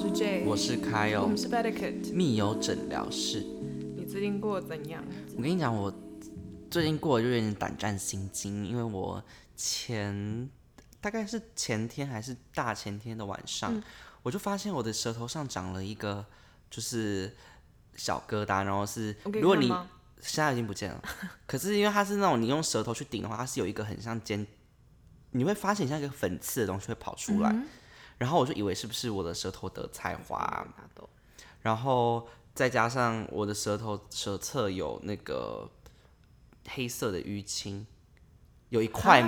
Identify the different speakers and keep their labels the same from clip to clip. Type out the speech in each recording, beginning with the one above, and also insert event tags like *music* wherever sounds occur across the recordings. Speaker 1: 是 J，
Speaker 2: 我是开
Speaker 1: 我
Speaker 2: 哦
Speaker 1: 们，是 Betiquette。
Speaker 2: 密友诊疗室。
Speaker 1: 你最近过得怎样？
Speaker 2: 我跟你讲，我最近过得就有点胆战心惊，因为我前大概是前天还是大前天的晚上，
Speaker 1: 嗯
Speaker 2: 我就发现我的舌头上长了一个就是小疙瘩，然后是
Speaker 1: 我可以
Speaker 2: 如果
Speaker 1: 看
Speaker 2: 你
Speaker 1: 吗？
Speaker 2: 现在已经不见了， *laughs* 可是因为它是那种你用舌头去顶的话，它是有一个很像尖，你会发现像一个粉刺的东西会跑出
Speaker 1: 嗯
Speaker 2: 来，然后我就以为是不是我的啊舌头得菜花、
Speaker 1: 大豆
Speaker 2: 然后再加上我的舌头舌侧有那个黑色的淤青，有一块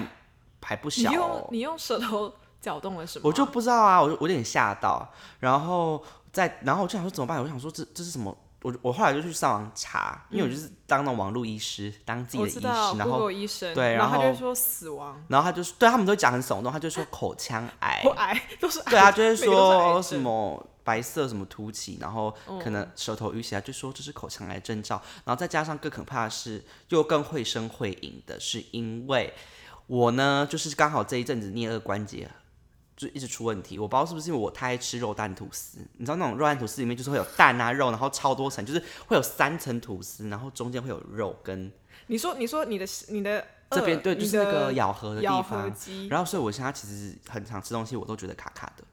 Speaker 2: 还不
Speaker 1: 啊你
Speaker 2: 小、
Speaker 1: 用
Speaker 2: 哦，
Speaker 1: 你用舌头搅动了什么？
Speaker 2: 我就不知道啊，我就我有点吓到，然后再然后我就想说怎么办？我想说这这是什么？我我后来就去上网查，因为我就是当那种网络医师，当自己
Speaker 1: 嗯我
Speaker 2: 的医
Speaker 1: 知
Speaker 2: 师，
Speaker 1: 道
Speaker 2: 然后
Speaker 1: ，Google 医生，
Speaker 2: 对
Speaker 1: 然
Speaker 2: 然
Speaker 1: 后
Speaker 2: 后
Speaker 1: 他就说死亡，
Speaker 2: 然后他就对他们都讲很耸动，他就说口腔癌
Speaker 1: 不，癌 *laughs* 都是癌，
Speaker 2: *laughs* 对啊，就会
Speaker 1: 每个都是癌
Speaker 2: 说
Speaker 1: 症
Speaker 2: 什么白色什么凸起，然后可能
Speaker 1: 嗯
Speaker 2: 舌头淤血，啊就说这是口腔癌征兆。然后再加上更可怕的是，又更绘声绘影的是，因为我呢，就是刚好这一阵子颞颌关节就一直出问题，我不知道是不是因为我太爱吃肉蛋吐司，你知道那种肉蛋吐司里面就是会有蛋啊肉，然后超多层，就是会有三层吐司，然后中间会有肉跟
Speaker 1: 你说你说你的你的
Speaker 2: 这边
Speaker 1: 颚
Speaker 2: 对，就是那个咬合
Speaker 1: 呃你
Speaker 2: 的
Speaker 1: 的
Speaker 2: 地
Speaker 1: 咬
Speaker 2: 方
Speaker 1: 合，肌，
Speaker 2: 然后，所以我现在其实很常吃东西，我都觉得卡卡的，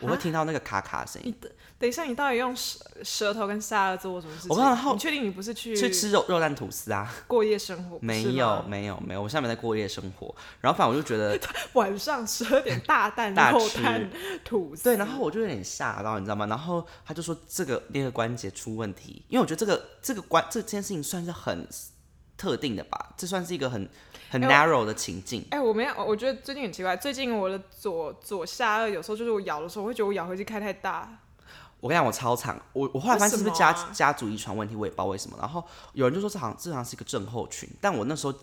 Speaker 2: 我会
Speaker 1: 啊
Speaker 2: 听到那个卡卡的声音。
Speaker 1: 等一下，你到底用舌舌头跟下颚做什么事情？
Speaker 2: 我不知道然后
Speaker 1: 你确定你不是去
Speaker 2: 去吃肉肉蛋吐司啊？
Speaker 1: 过夜生活？不
Speaker 2: 没
Speaker 1: 是
Speaker 2: 有，
Speaker 1: 吗，
Speaker 2: 没有，没有，我现在没在过夜生活。然后反正我就
Speaker 1: *laughs*
Speaker 2: 觉得
Speaker 1: 晚上十二点
Speaker 2: *laughs*
Speaker 1: 大蛋
Speaker 2: 大
Speaker 1: 肉
Speaker 2: 吃
Speaker 1: 蛋吐司，
Speaker 2: 对，然后我就有点吓到，你知道吗？然后他就说这个那个关节出问题，因为我觉得这个这个关这件事情算是很特定的吧，这算是一个很很
Speaker 1: 哎
Speaker 2: narrow 的情境。
Speaker 1: 哎、我没有，我觉得最近很奇怪。最近我的左左下颚有时候就是我咬的时候，我会觉得我咬合肌开太大。
Speaker 2: 我跟你讲，我超常，我我后来发现是不是
Speaker 1: 为什么
Speaker 2: 家、
Speaker 1: 啊
Speaker 2: 家族遗传问题，我也不知道为什么。然后有人就说这好像这好像是一个症候群，但我那时候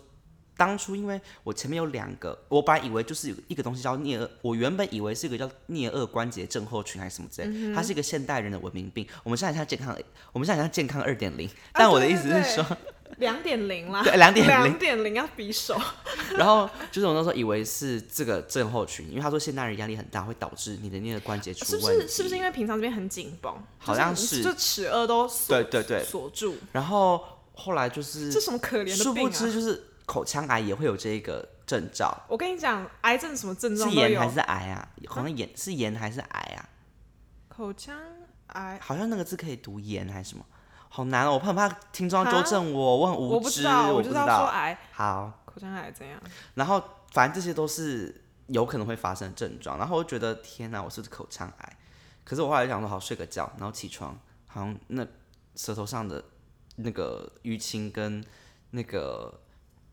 Speaker 2: 当初因为我前面有两个，我本来以为就是有一个东西叫颞颌，我原本以为是一个叫颞颌关节症候群还是什么之类，
Speaker 1: 嗯
Speaker 2: 它是一个现代人的文明病。我们现在很像健康，我们现在很像健康二点
Speaker 1: *laughs*
Speaker 2: 零，但我的
Speaker 1: 对
Speaker 2: 意
Speaker 1: 对
Speaker 2: 思是
Speaker 1: 对
Speaker 2: 说，
Speaker 1: *laughs* 两点零啦，
Speaker 2: 对两点零
Speaker 1: *laughs* 两点零要匕首。
Speaker 2: 然后就是我那时候以为是这个症候群，因为他说现代人压力很大，会导致你的颞颌关节出
Speaker 1: 是
Speaker 2: 问
Speaker 1: 不
Speaker 2: 题，
Speaker 1: 是是不是因为平常这边很紧绷？
Speaker 2: 好像
Speaker 1: 就是
Speaker 2: 是
Speaker 1: 就齿颚都锁
Speaker 2: 对对对
Speaker 1: 锁住，
Speaker 2: 然后后来就是
Speaker 1: 这什么可怜的
Speaker 2: 殊
Speaker 1: 病
Speaker 2: 不
Speaker 1: 啊！
Speaker 2: 知，就是口腔癌也会有这个症兆，
Speaker 1: 我跟你讲，癌症什么症状
Speaker 2: 是
Speaker 1: 都
Speaker 2: 炎还
Speaker 1: 有，
Speaker 2: 是癌啊？好像炎是炎还是癌啊？
Speaker 1: 口腔癌。
Speaker 2: 好像那个字可以读炎还是什么？好难哦，我怕不怕听众要纠正我？我很
Speaker 1: 我
Speaker 2: 无
Speaker 1: 不知
Speaker 2: 知，
Speaker 1: 道，
Speaker 2: 我
Speaker 1: 就
Speaker 2: 不
Speaker 1: 是
Speaker 2: 知
Speaker 1: 要说
Speaker 2: 道。
Speaker 1: 癌，
Speaker 2: 好，
Speaker 1: 口腔癌怎样？
Speaker 2: 然后反正这些都是有可能会发生的症状，然后我就觉得天哪，我是不是口腔癌？可是我后来想说，好睡个觉，然后起床，好像那舌头上的那个淤青跟那个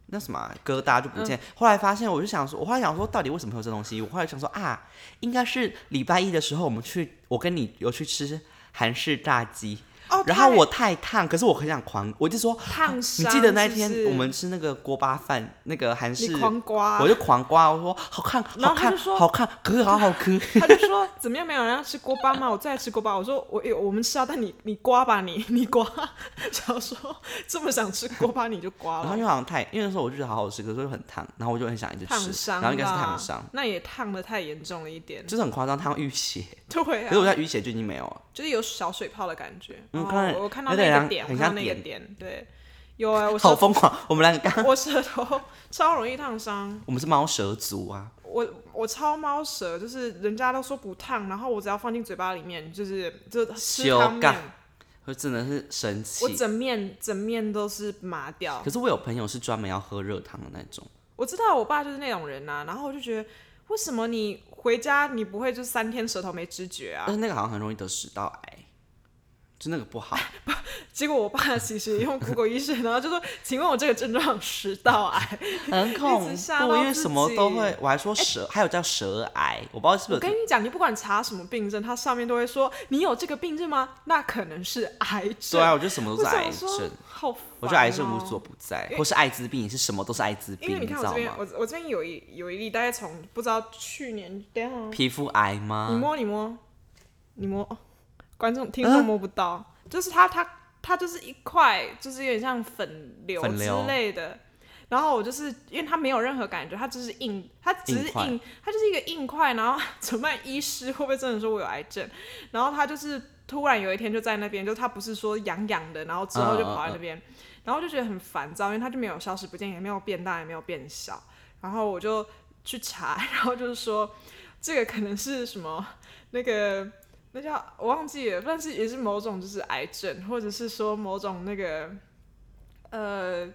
Speaker 2: 那什么啊疙瘩就不
Speaker 1: 嗯
Speaker 2: 见。后来发现，我就想说，我后来想说，到底为什么会有这东西？我后来想说啊，应该是礼拜一的时候，我们去，我跟你有去吃韩式炸鸡，
Speaker 1: 哦，
Speaker 2: 然后
Speaker 1: 太
Speaker 2: 我太烫，可是我很想狂，我就说，
Speaker 1: 烫
Speaker 2: 你
Speaker 1: 伤，
Speaker 2: 记得那
Speaker 1: 是不
Speaker 2: 天
Speaker 1: 是
Speaker 2: 我们吃那个锅巴饭，那个韩式
Speaker 1: 你狂刮，
Speaker 2: 我就狂刮，我说好看，
Speaker 1: 啊然
Speaker 2: 好
Speaker 1: 后他就
Speaker 2: 看
Speaker 1: 说，啊
Speaker 2: 好看，可以好好吃。
Speaker 1: 他就说 *laughs* 怎么样没有人要吃锅巴吗？我最爱吃锅巴。我说我有我们吃啊，但你你刮吧你 *laughs* 你刮。想说这么想吃锅巴你就刮
Speaker 2: 然后
Speaker 1: 了
Speaker 2: 因，为好像太，因为那时候我就觉得好好吃，可是又很烫，然后我就很想一直
Speaker 1: 烫
Speaker 2: 吃，
Speaker 1: 伤啊
Speaker 2: 然后应该是烫
Speaker 1: 啦
Speaker 2: 伤，，
Speaker 1: 那也烫的太严重了一点，
Speaker 2: 就是很夸张，烫到淤血。
Speaker 1: 对
Speaker 2: 可是我
Speaker 1: 啊，
Speaker 2: 在淤血就已经没有了，
Speaker 1: 就是有小水泡的感觉。
Speaker 2: 嗯
Speaker 1: 哦
Speaker 2: 看
Speaker 1: 我我看到
Speaker 2: 有
Speaker 1: 那
Speaker 2: 点
Speaker 1: 个
Speaker 2: 像
Speaker 1: 点，我
Speaker 2: 很
Speaker 1: 看到
Speaker 2: 像
Speaker 1: 那个
Speaker 2: 点
Speaker 1: 点，对，有
Speaker 2: *laughs*
Speaker 1: 啊，我
Speaker 2: 好
Speaker 1: 舌
Speaker 2: 疯狂！我们两个，
Speaker 1: 我舌头超容易烫伤，
Speaker 2: 我们是猫舌族啊，
Speaker 1: 我我超猫舌，就是人家都说不烫，然后我只要放进嘴巴里面，就是就吃
Speaker 2: 羞
Speaker 1: 汤面
Speaker 2: 尬。我真的是神
Speaker 1: 我
Speaker 2: 奇。
Speaker 1: 整面整面都是麻掉
Speaker 2: 可。是我有朋友是专门要喝热汤的那种，
Speaker 1: 我知道我爸就是那种人呐、然后我就觉得，为什么你回家你不会就三天舌头没知觉啊
Speaker 2: 但？是那个好像很容易得食道癌，就那个
Speaker 1: *laughs*
Speaker 2: 不好。
Speaker 1: 结果我爸其实也用 Google 医生，然后就说：“请问我这个症状啊食道癌
Speaker 2: 很恐
Speaker 1: 一直吓到
Speaker 2: 怖，因为
Speaker 1: 自
Speaker 2: 什么都
Speaker 1: 己
Speaker 2: 会。我还说蛇，还有叫蛇癌，我不知道？”是 *laughs* 不
Speaker 1: 我
Speaker 2: 是
Speaker 1: 跟
Speaker 2: 有
Speaker 1: 你讲，你不管查什么病症，它上面都会说：“你有这个病症吗？那可能是癌症。”
Speaker 2: 对啊，我觉得什么
Speaker 1: 我
Speaker 2: 都是癌
Speaker 1: 想说
Speaker 2: 症，，
Speaker 1: 好烦
Speaker 2: 我觉得癌症
Speaker 1: 哦
Speaker 2: 无所不在，或是艾滋病，是什么都是艾滋
Speaker 1: 因为
Speaker 2: 病，
Speaker 1: 你
Speaker 2: 知
Speaker 1: 看我这
Speaker 2: 道
Speaker 1: 边，
Speaker 2: 吗？
Speaker 1: 我我这边有一有一例，大概从不知道去年，等一下哦
Speaker 2: 皮肤癌
Speaker 1: 你
Speaker 2: 吗？
Speaker 1: 摸，你摸，你摸，哦、观众听
Speaker 2: 啊
Speaker 1: 众摸不到，就是它它它就是一块，就是有点像粉瘤
Speaker 2: 粉
Speaker 1: 之
Speaker 2: 瘤
Speaker 1: 类的。然后我就是因为它没有任何感觉，它只是硬，它只是
Speaker 2: 硬块
Speaker 1: 硬，它就是一个硬块。然后 *laughs* 怎么办？医师会不会真的说我有癌症？然后他就是突然有一天就在那边，就他不是说痒痒的，然后之后就跑在那边，然后就觉得很烦躁，因为它就没有消失不见，也没有变大，也没有变小。然后我就去查， *laughs* 然后就是说这个可能是什么那个。那叫我忘记了，但是也是某种就是癌症，或者是说某种那个呃，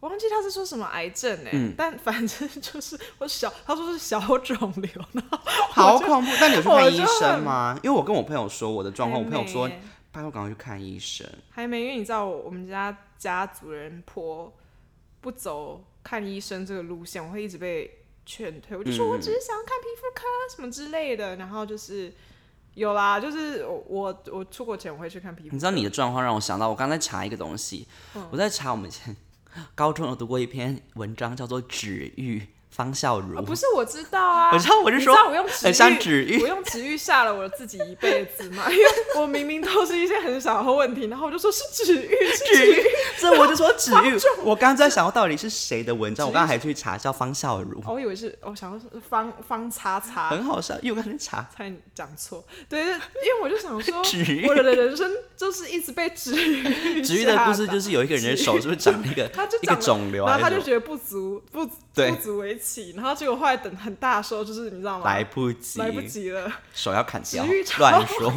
Speaker 1: 我忘记他是说什么癌症哎、但反正就是我小，他说是小肿瘤，然后
Speaker 2: 好恐怖！那你有去
Speaker 1: 我
Speaker 2: 看
Speaker 1: 就
Speaker 2: 医生吗？因为我跟我朋友说我的状况，我
Speaker 1: 还
Speaker 2: 朋友说
Speaker 1: 没欸
Speaker 2: 拜托赶快去看医生。
Speaker 1: 还没，因为你知道我我们家家族人颇不走看医生这个路线，我会一直被劝退。我就
Speaker 2: 嗯
Speaker 1: 说我只是想要看皮肤科什么之类的，然后就是有啦，就是我我我出国前我会去看皮肤
Speaker 2: 你知道你的状况让我想到，我刚才查一个东西，
Speaker 1: 嗯
Speaker 2: 我在查我们以前高中有读过一篇文章，叫做《指欲》，方孝孺。
Speaker 1: 啊，不是我知道啊，
Speaker 2: 我知道我是
Speaker 1: 你知
Speaker 2: 说
Speaker 1: 道我用指
Speaker 2: 很像
Speaker 1: 喻
Speaker 2: 指喻
Speaker 1: 我用指喻吓了我自己一辈子嘛，因为我明明都是一些很小的问题，然后我就说是指喻，是指喻。
Speaker 2: 所以我就说指欲，我刚刚在想到底是谁的文章，我刚刚还去查叫方孝孺，
Speaker 1: 哦我以为是，我想说是方方叉叉，
Speaker 2: 很好笑，因为我刚才查
Speaker 1: 差点讲错。对， *laughs* 因为我就想说
Speaker 2: *laughs* 指喻，
Speaker 1: 我的人生就是一直被指喻。
Speaker 2: 指欲的故事，就是有一个人的手是不是长了一个
Speaker 1: 他就
Speaker 2: 一个
Speaker 1: 长了
Speaker 2: 肿瘤
Speaker 1: 然
Speaker 2: 还
Speaker 1: 后他
Speaker 2: 是什
Speaker 1: 就
Speaker 2: 么？
Speaker 1: 觉得不足不
Speaker 2: 对
Speaker 1: 不足为奇，然后结果后来等很大的时候，就是你知道吗？
Speaker 2: 来不及，
Speaker 1: 来不及了，
Speaker 2: 手要砍掉
Speaker 1: 指欲，超
Speaker 2: 乱说，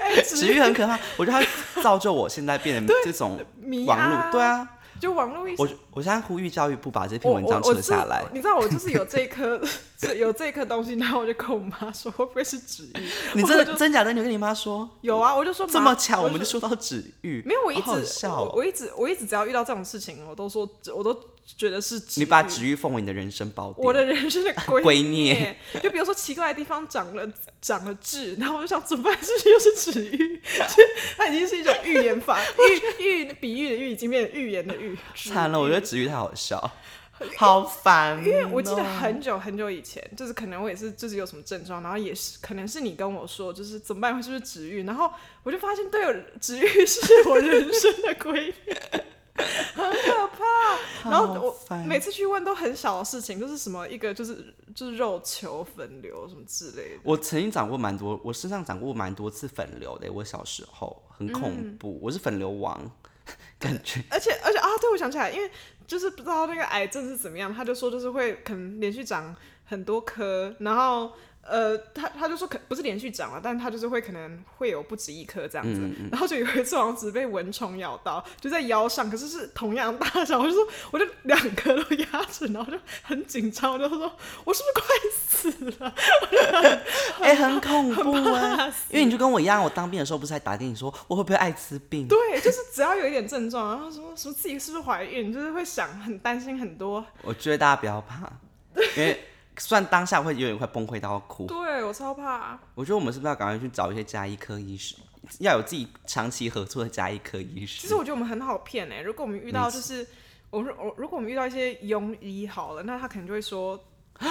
Speaker 1: 哎，
Speaker 2: *laughs* 指欲很可怕，我觉得它造就我现在变得这种
Speaker 1: 迷
Speaker 2: 网
Speaker 1: 啊
Speaker 2: 络，对啊，
Speaker 1: 就网络一
Speaker 2: 我我现在呼吁教育部把这篇
Speaker 1: 我
Speaker 2: 文章
Speaker 1: 我我
Speaker 2: 撤下来
Speaker 1: 是。你知道我就是有这一颗 *laughs* 这有这一颗东西，然后我就跟我妈说，会不会是纸
Speaker 2: *laughs*
Speaker 1: 意？
Speaker 2: 你
Speaker 1: 我
Speaker 2: 真的
Speaker 1: 就
Speaker 2: 真假的？你有跟你妈说
Speaker 1: 有啊，我就说妈
Speaker 2: 这么巧，我们就
Speaker 1: 就
Speaker 2: 说到指欲，
Speaker 1: 没有，我一
Speaker 2: 好好
Speaker 1: 直
Speaker 2: 笑
Speaker 1: 我
Speaker 2: 哦。
Speaker 1: 我一直我一直只要遇到这种事情，我都说我都觉得是纸
Speaker 2: 你
Speaker 1: 意
Speaker 2: 把指欲奉为你的人生宝典。
Speaker 1: 我的人生的归
Speaker 2: 归
Speaker 1: 臬 *laughs*
Speaker 2: 臬，
Speaker 1: 就比如说奇怪的地方长了长了痣，然后我就想怎么办？ *laughs* 是不是又是纸喻？它已经是一种寓言法，寓寓比喻的喻已经变成寓言的喻。
Speaker 2: 惨了，我觉得子玉太好笑，好烦、
Speaker 1: 因为我记得很久很久以前，就是可能我也是就是有什么症状，然后也是可能是你跟我说，就是怎么办，是不是止愈？然后我就发现，对，有止愈是我人生的规律， *laughs* 很可怕。然后
Speaker 2: 好
Speaker 1: 我
Speaker 2: 烦
Speaker 1: 每次去问都很小的事情，就是什么一个就是就是肉球粉瘤什么之类的。
Speaker 2: 我曾经长过蛮多，我身上长过蛮多次粉瘤的。我小时候很
Speaker 1: 嗯
Speaker 2: 恐怖，我是粉瘤王，感觉
Speaker 1: 而且而且啊，对，我想起来，因为就是不知道那个癌症是怎么样，他就说就是会可能连续长很多颗，然后呃，他他就说可不是连续长了，但他就是会可能会有不止一颗这样
Speaker 2: 嗯
Speaker 1: 子，然后就有一次好像只被蚊虫咬到，就在腰上，可是是同样大小，我就说我就两颗都压着，然后就很紧张，我就说我是不是快死了？
Speaker 2: 哎、很恐怖啊！因为你就跟我一样，我当兵的时候不是还打给你说我会不会艾滋病？
Speaker 1: 对，就是只要有一点症状，然后说什么自己是不是怀孕，就是会想很担心很多。
Speaker 2: 我觉得大家不要怕，因为虽然当下会有点快崩溃到哭，
Speaker 1: 对我超怕。
Speaker 2: 我觉得我们是不是要赶快去找一些加医科医师，要有自己长期合作的加医科医
Speaker 1: 其
Speaker 2: 师
Speaker 1: 实。我觉得我们很好骗哎、如果我们遇到就是，我说我如果我们遇到一些庸医好了，那他可能就会说，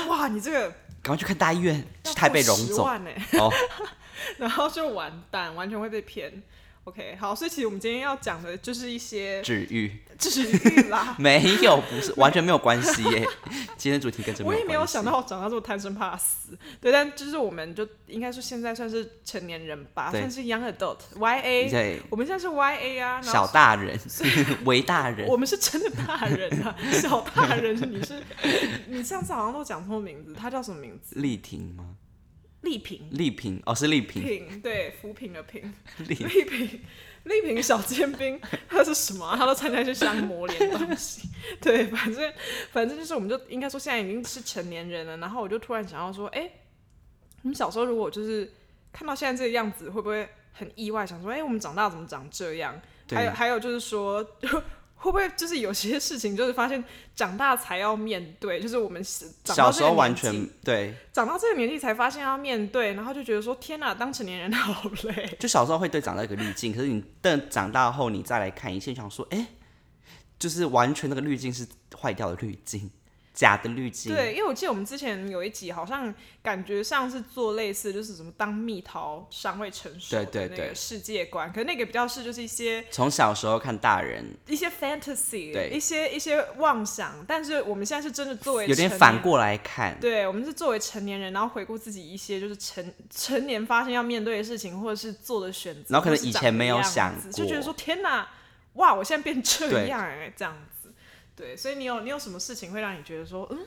Speaker 1: 哇，你这个
Speaker 2: *gasps* 赶快去看大医院，去台北荣总
Speaker 1: 哎、
Speaker 2: 哦。
Speaker 1: *laughs* 然后就完蛋，完全会被骗。OK，好，所以其实我们今天要讲的就是一些
Speaker 2: 治愈。
Speaker 1: 治愈 *laughs* 啦。
Speaker 2: 没有，不是，完全没有关系
Speaker 1: *laughs*
Speaker 2: 耶。今天主题跟这
Speaker 1: 我也没有
Speaker 2: 关系
Speaker 1: 想，到我长大这么贪生怕死，对，但就是我们就应该说现在算是成年人吧，
Speaker 2: 对
Speaker 1: 算是 young adult，YA，
Speaker 2: 对，
Speaker 1: 我们现在是 YA 啊，然后
Speaker 2: 小大人， *laughs*
Speaker 1: *laughs*
Speaker 2: 为大人
Speaker 1: 我，们是真的大人
Speaker 2: *laughs*
Speaker 1: 啊，小大人，你是你上次好像都讲错名字，他叫什么名字？
Speaker 2: 丽萍吗？
Speaker 1: 丽萍，
Speaker 2: 丽萍，哦，是丽萍，
Speaker 1: 萍对，扶贫的贫，
Speaker 2: *laughs* 丽
Speaker 1: 丽萍，丽萍小尖兵，他是什么啊、他都参加一些像魔联的东西。 *laughs* 对，反正反正就是，我们就应该说现在已经是成年人了。然后我就突然想要说，哎、你们小时候如果就是看到现在这个样子，会不会很意外？想说，哎、我们长大怎么长这样？还有
Speaker 2: 对，
Speaker 1: 还有就是说， *laughs* 会不会就是有些事情，就是发现长大才要面对，就是我们是长到
Speaker 2: 小
Speaker 1: 这
Speaker 2: 时
Speaker 1: 个
Speaker 2: 候完
Speaker 1: 年纪
Speaker 2: 全对，
Speaker 1: 长到这个年纪才发现要面对，然后就觉得说天哪，当成年人好累。
Speaker 2: 就小时候会对长大有个滤镜，可是你等长大后你再来看一切，想说，哎、就是完全那个滤镜是坏掉的滤镜，假的滤镜，
Speaker 1: 对，因为我记得我们之前有一集好像感觉上是做类似，就是什么当蜜桃尚未成熟
Speaker 2: 对对
Speaker 1: 的那个
Speaker 2: 对
Speaker 1: 世界观，可是那个比较是就是一些
Speaker 2: 从小时候看大人，
Speaker 1: 一些 fantasy，
Speaker 2: 对
Speaker 1: 一些一些妄想，但是我们现在是真的作为
Speaker 2: 有点
Speaker 1: 成
Speaker 2: 反
Speaker 1: 年
Speaker 2: 过来看，
Speaker 1: 对，我们是作为成年人，然后回顾自己一些就是成成年发生要面对的事情，或者是做的选择，
Speaker 2: 然后可能
Speaker 1: 或是
Speaker 2: 以
Speaker 1: 长
Speaker 2: 前
Speaker 1: 的
Speaker 2: 没有
Speaker 1: 样
Speaker 2: 想
Speaker 1: 子就觉得
Speaker 2: 过
Speaker 1: 说天哪，哇，我现在变这
Speaker 2: 对
Speaker 1: 样哎、这样子，对，所以你有你有什么事情会让你觉得说，嗯，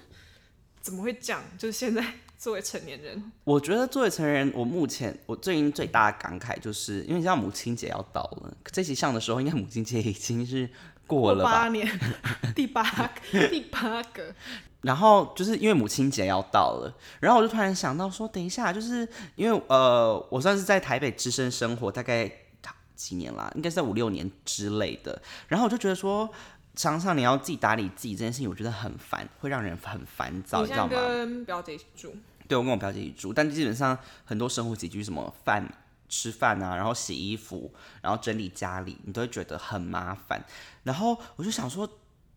Speaker 1: 怎么会这样？就是现在 *laughs* 作为成年人，
Speaker 2: 我觉得作为成人，我目前我最近最大的感慨就是，因为像母亲节要到了，这期上的时候，应该母亲节已经是过了吧
Speaker 1: 八？年，
Speaker 2: *laughs*
Speaker 1: 第八个第八个，
Speaker 2: 然后就是因为母亲节要到了，然后我就突然想到说，等一下，就是因为呃，我算是在台北资深生活大概几年啦，应该是在五六年之类的。然后我就觉得说，常常你要自己打理自己这件事情，我觉得很烦，会让人很烦躁，
Speaker 1: 你
Speaker 2: 你知
Speaker 1: 像
Speaker 2: 道吗？
Speaker 1: 跟表姐一起住，
Speaker 2: 对我跟我表姐一起住，但基本上很多生活起居，什么饭、吃饭啊，然后洗衣服，然后整理家里，你都会觉得很麻烦。然后我就想说，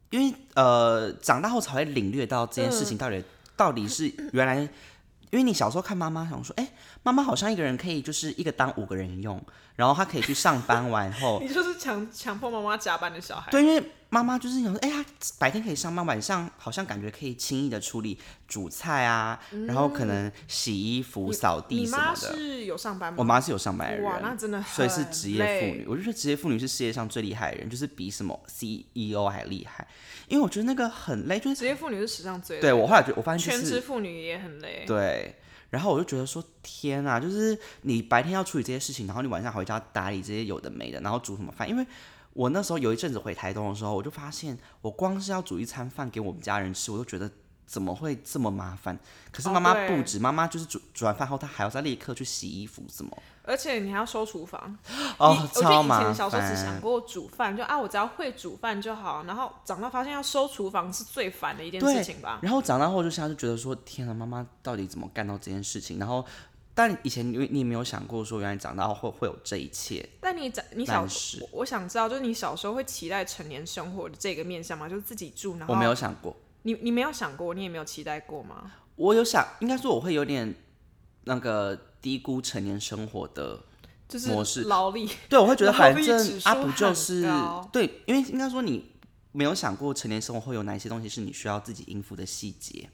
Speaker 2: 因为呃，长大后才会领略到这件事情到底、到底是原来，因为你小时候看妈妈，想说，哎、妈妈好像一个人可以就是一个当五个人用，然后她可以去上班完后，
Speaker 1: 你就是强强迫妈妈加班的小孩，
Speaker 2: 对，因为妈妈就是想说，哎、呀，白天可以上班，晚上好像感觉可以轻易的处理煮菜啊，然后可能洗衣服、扫地
Speaker 1: 嗯你
Speaker 2: 什么
Speaker 1: 妈
Speaker 2: 的。
Speaker 1: 是有上班吗？
Speaker 2: 我妈是有上班的
Speaker 1: 哇，那
Speaker 2: 人，
Speaker 1: 真的很
Speaker 2: 所以是职业妇
Speaker 1: 累
Speaker 2: 女。我就觉得职业妇女是世界上最厉害的人，就是比什么 CEO 还厉害，因为我觉得那个很累，就是
Speaker 1: 职业妇女是史上最累
Speaker 2: 对我后来觉得我发现
Speaker 1: 全
Speaker 2: 就
Speaker 1: 职
Speaker 2: 是
Speaker 1: 妇女也很累。
Speaker 2: 对。然后我就觉得说，天啊，就是你白天要处理这些事情，然后你晚上还回家打理这些有的没的，然后煮什么饭？因为我那时候有一阵子回台东的时候，我就发现我光是要煮一餐饭给我们家人吃，我都觉得怎么会这么麻烦？可是
Speaker 1: 哦
Speaker 2: 妈妈
Speaker 1: 对
Speaker 2: 不止，妈妈就是煮煮完饭后，她还要再立刻去洗衣服，什么？
Speaker 1: 而且你还要收厨房。你
Speaker 2: 哦，
Speaker 1: 我觉得
Speaker 2: 超
Speaker 1: 以
Speaker 2: 麻
Speaker 1: 前
Speaker 2: 烦。
Speaker 1: 小时候只想过煮饭，就啊，我只要会煮饭就好。然后长大发现要收厨房是最烦的一件
Speaker 2: 对
Speaker 1: 事情吧？
Speaker 2: 然后长大后就现在就觉得说，天啊，妈妈到底怎么干到这件事情？然后，但以前你你也没有想过说，原来长大后会会有这一切。
Speaker 1: 但你长你小
Speaker 2: 但，是
Speaker 1: 我我想知道，就是你小时候会期待成年生活的这个面向吗？就是自己住，然后
Speaker 2: 我没有想过，
Speaker 1: 你你没有想过，你也没有期待过吗？
Speaker 2: 我有想，应该说我会有点那个低估成年生活的，
Speaker 1: 就是
Speaker 2: 模式
Speaker 1: 劳力，
Speaker 2: 对我会觉得反
Speaker 1: 劳力指
Speaker 2: 正
Speaker 1: 数
Speaker 2: 啊不就
Speaker 1: 很
Speaker 2: 是
Speaker 1: 高
Speaker 2: 对，因为应该说你没有想过成年生活会有哪一些东西是你需要自己应付的细节，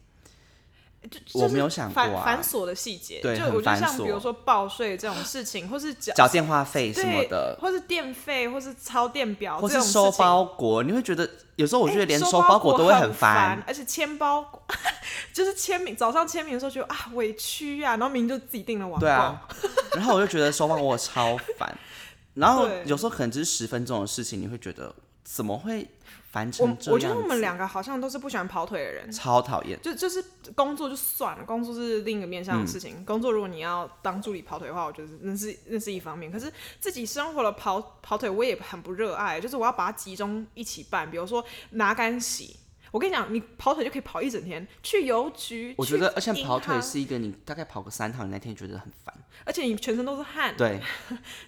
Speaker 1: 就
Speaker 2: 我
Speaker 1: 就是
Speaker 2: 没有想过
Speaker 1: 繁繁
Speaker 2: 啊，
Speaker 1: 琐的细节，
Speaker 2: 对
Speaker 1: 就
Speaker 2: 很
Speaker 1: 我觉得
Speaker 2: 繁
Speaker 1: 像比如
Speaker 2: 琐
Speaker 1: 说报税这种事情，或是缴
Speaker 2: 缴电话费什么
Speaker 1: 对
Speaker 2: 的，
Speaker 1: 或是电费，或是超电表，
Speaker 2: 或
Speaker 1: 这种
Speaker 2: 是收
Speaker 1: 事情
Speaker 2: 包裹，你会觉得有时候我觉得连
Speaker 1: 哎收
Speaker 2: 收
Speaker 1: 包
Speaker 2: 裹都会
Speaker 1: 很
Speaker 2: 烦，，
Speaker 1: 而且签包裹 *laughs* 就是签名，早上签名的时候觉得啊委屈啊，然后明明就自己订了网购，
Speaker 2: 对 *laughs* 啊，然后我就觉得收包裹超 *laughs* 烦，然后
Speaker 1: 对
Speaker 2: 有时候可能只是十分钟的事情，你会觉得怎么会烦成
Speaker 1: 我
Speaker 2: 这样
Speaker 1: 我觉得我们
Speaker 2: 子
Speaker 1: 两个好像都是不喜欢跑腿的人。
Speaker 2: 超讨厌。
Speaker 1: 就就是工作就算了，工作是另一个面向
Speaker 2: 嗯
Speaker 1: 的事情。工作如果你要当助理跑腿的话，我觉得那是那是一方面。可是自己生活的跑跑腿，我也很不热爱。就是我要把它集中一起办，比如说拿干洗。我跟你讲，你跑腿就可以跑一整天，去邮局。
Speaker 2: 我觉得，
Speaker 1: 去
Speaker 2: 而且
Speaker 1: 银
Speaker 2: 跑腿
Speaker 1: 行
Speaker 2: 是一个你大概跑个三趟，你那天觉得很烦。
Speaker 1: *laughs* 而且你全身都是汗，
Speaker 2: 对，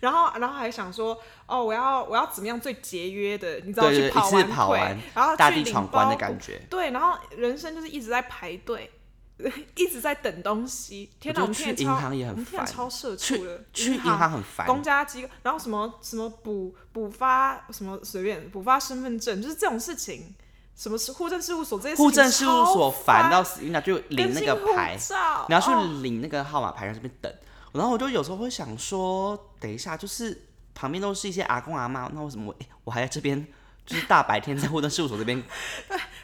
Speaker 1: 然后，然后还想说，哦，我要我要怎么样最节约的，你知道
Speaker 2: 对对
Speaker 1: 去跑
Speaker 2: 一次
Speaker 1: 完
Speaker 2: 跑
Speaker 1: 腿
Speaker 2: 完
Speaker 1: 然后
Speaker 2: 大
Speaker 1: 去
Speaker 2: 地
Speaker 1: 领
Speaker 2: 闯关的
Speaker 1: 包
Speaker 2: 感觉。
Speaker 1: 对，然后人生就是一直在排队， *laughs* 一直在等东西。天哪，我
Speaker 2: 我
Speaker 1: 们
Speaker 2: 觉得
Speaker 1: 天
Speaker 2: 去
Speaker 1: 天超，
Speaker 2: 银行也
Speaker 1: 我
Speaker 2: 很
Speaker 1: 们天哪
Speaker 2: 烦
Speaker 1: 超社
Speaker 2: 去
Speaker 1: 畜的，
Speaker 2: 去银
Speaker 1: 行、
Speaker 2: 行很烦，
Speaker 1: 公家机构，然后什么什么补补发什么随便补发身份证，就是这种事情，什么是户政事务所这些事情
Speaker 2: 户政事务
Speaker 1: 超
Speaker 2: 所烦
Speaker 1: 烦
Speaker 2: 到死，你俩就领
Speaker 1: 更
Speaker 2: 那
Speaker 1: 新
Speaker 2: 个
Speaker 1: 护
Speaker 2: 牌，
Speaker 1: 照
Speaker 2: 你要去
Speaker 1: 哦
Speaker 2: 领那个号码牌，然后这边等。然后我就有时候会想说，等一下，就是旁边都是一些阿公阿妈，那为什么我、诶我还在这边，就是大白天在户政事务所
Speaker 1: *laughs*
Speaker 2: 这边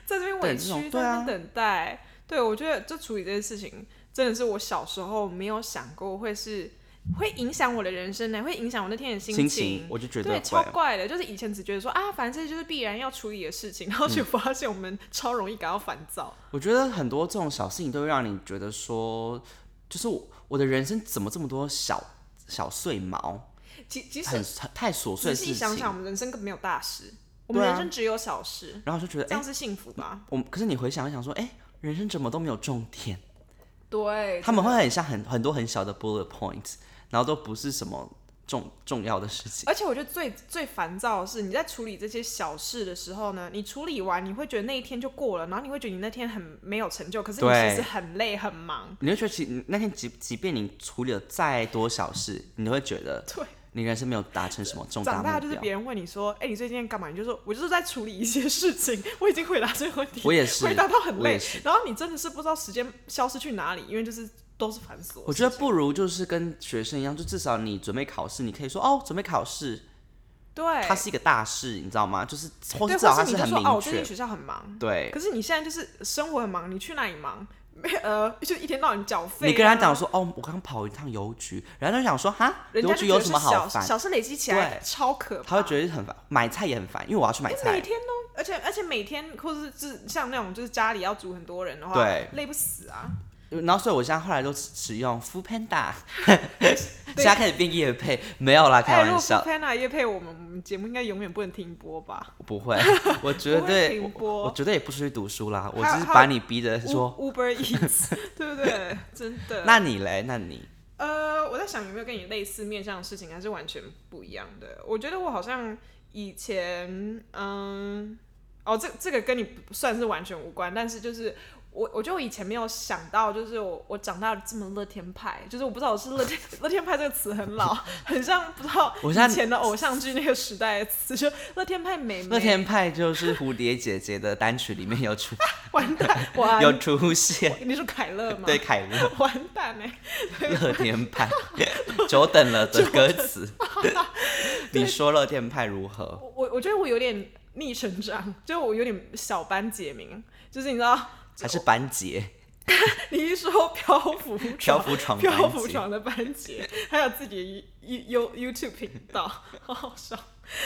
Speaker 1: 在这边
Speaker 2: 对
Speaker 1: 委
Speaker 2: 这
Speaker 1: 屈，
Speaker 2: 种
Speaker 1: 在那
Speaker 2: 对
Speaker 1: 边
Speaker 2: 啊
Speaker 1: 等待。对，我觉得就处理这件事情，真的是我小时候没有想过会是会影响我的人生呢，会影响我那天的心
Speaker 2: 心情，我就觉得
Speaker 1: 对，超
Speaker 2: 会啊
Speaker 1: 怪的，就是以前只觉得说啊，反正这就是必然要处理的事情，然后就发现我们超容易感到烦躁。
Speaker 2: 我觉得很多这种小事情都会让你觉得说，就是我我的人生怎么这么多小小碎毛，
Speaker 1: 其其实
Speaker 2: 很很太琐碎
Speaker 1: 仔
Speaker 2: 的事
Speaker 1: 细
Speaker 2: 情。
Speaker 1: 想想，我们人生根本没有大事，我们
Speaker 2: 对啊
Speaker 1: 人生只有小事，
Speaker 2: 然后就
Speaker 1: 这
Speaker 2: 觉得，哎、
Speaker 1: 样是幸福吧？
Speaker 2: 我可是你回想一想说，哎、人生怎么都没有重点？
Speaker 1: 对，
Speaker 2: 啊他们会很像很很多很小的 bullet points，然后都不是什么重重要的事情。
Speaker 1: 而且我觉得最最烦躁的是，你在处理这些小事的时候呢，你处理完你会觉得那一天就过了，然后你会觉得你那天很没有成就，可是你
Speaker 2: 对
Speaker 1: 其实很累很忙。
Speaker 2: 你会觉得其，那天即即便你处理了再多小事，你都会觉得
Speaker 1: 对，
Speaker 2: 你人生没有达成什么重大
Speaker 1: 长
Speaker 2: 目
Speaker 1: 大
Speaker 2: 标。
Speaker 1: 就是别人问你说：“哎、你最近在干嘛？”你就说：“我就是在处理一些事情。”我已经回答这个问题，
Speaker 2: 我也是
Speaker 1: 回答到很
Speaker 2: 我也
Speaker 1: 累，然后你真的是不知道时间消失去哪里，因为就是都是繁琐。
Speaker 2: 我觉得不如就是跟学生一样，就至少你准备考试，你可以说哦，准备考试，
Speaker 1: 对，
Speaker 2: 它是一个大事，你知道吗？就是或
Speaker 1: 对，
Speaker 2: 至少
Speaker 1: 或
Speaker 2: 它
Speaker 1: 是你就
Speaker 2: 很
Speaker 1: 说：“哦，
Speaker 2: 明
Speaker 1: 我最近
Speaker 2: 确。
Speaker 1: 学校很忙。”
Speaker 2: 对，
Speaker 1: 可是你现在就是生活很忙，你去哪里忙？没呃，就一天到晚缴费、啊。
Speaker 2: 你跟他讲说哦，我刚跑一趟邮局，然后他就想说哈，
Speaker 1: 人
Speaker 2: 邮
Speaker 1: 家就
Speaker 2: 局
Speaker 1: 觉
Speaker 2: 有
Speaker 1: 得
Speaker 2: 什
Speaker 1: 是
Speaker 2: 么好
Speaker 1: 小
Speaker 2: 烦？
Speaker 1: 小事累积起来
Speaker 2: 对
Speaker 1: 超可怕，
Speaker 2: 他会觉得很烦，买菜也很烦，因为我要去买
Speaker 1: 因为每
Speaker 2: 菜。
Speaker 1: 天都，而且而且每天或是是像那种就是家里要煮很多人的话，
Speaker 2: 对，
Speaker 1: 累不死啊。
Speaker 2: 然后所以我现在后来都使用
Speaker 1: *laughs*
Speaker 2: Food Panda，现在开始变夜配，没有啦，开
Speaker 1: 哎如
Speaker 2: 玩
Speaker 1: 果
Speaker 2: 笑。
Speaker 1: Panda 也配我们，我们节目应该永远不能停播吧？
Speaker 2: 我不
Speaker 1: *laughs*
Speaker 2: 会，我绝
Speaker 1: 不会
Speaker 2: 对
Speaker 1: 停
Speaker 2: 我
Speaker 1: 播
Speaker 2: 我绝对也不出去读书啦，我
Speaker 1: 还有
Speaker 2: 只是
Speaker 1: 还有
Speaker 2: 把你逼着说。
Speaker 1: U- Uber Eats，对 *laughs* 不对？真的。
Speaker 2: 那你嘞？那你
Speaker 1: 呃，我在想有没有跟你类似面向的事情，还是完全不一样的。我觉得我好像以前，嗯，哦，这这个跟你不算是完全无关，但是就是我，我觉得我以前没有想到，就是我我长大了这么乐天派，就是我不知道我是乐天 *laughs* 乐天派这个词很老，很像不知道
Speaker 2: 我现在
Speaker 1: 以前的偶像剧那个时代的词，就乐天派美眉，
Speaker 2: *laughs* 乐天派就是蝴蝶姐姐的单曲里面有
Speaker 1: *laughs*
Speaker 2: 出
Speaker 1: 完蛋，哇，
Speaker 2: 有出
Speaker 1: *laughs*
Speaker 2: 现，
Speaker 1: 你说凯乐吗？
Speaker 2: 对，凯乐
Speaker 1: 完蛋哎、
Speaker 2: *laughs* 乐天派，久等了的歌
Speaker 1: *laughs*
Speaker 2: 词。你说乐天派如何？
Speaker 1: 我我我觉得我有点逆成长，就我有点小班解明，就是你知道，
Speaker 2: 还是班杰
Speaker 1: 你一说漂浮
Speaker 2: 漂
Speaker 1: 床。
Speaker 2: 浮床
Speaker 1: *laughs* 漂
Speaker 2: 班
Speaker 1: 浮
Speaker 2: 杰？
Speaker 1: 床的班杰，还有自己的 You You YouTube 频道，好好笑。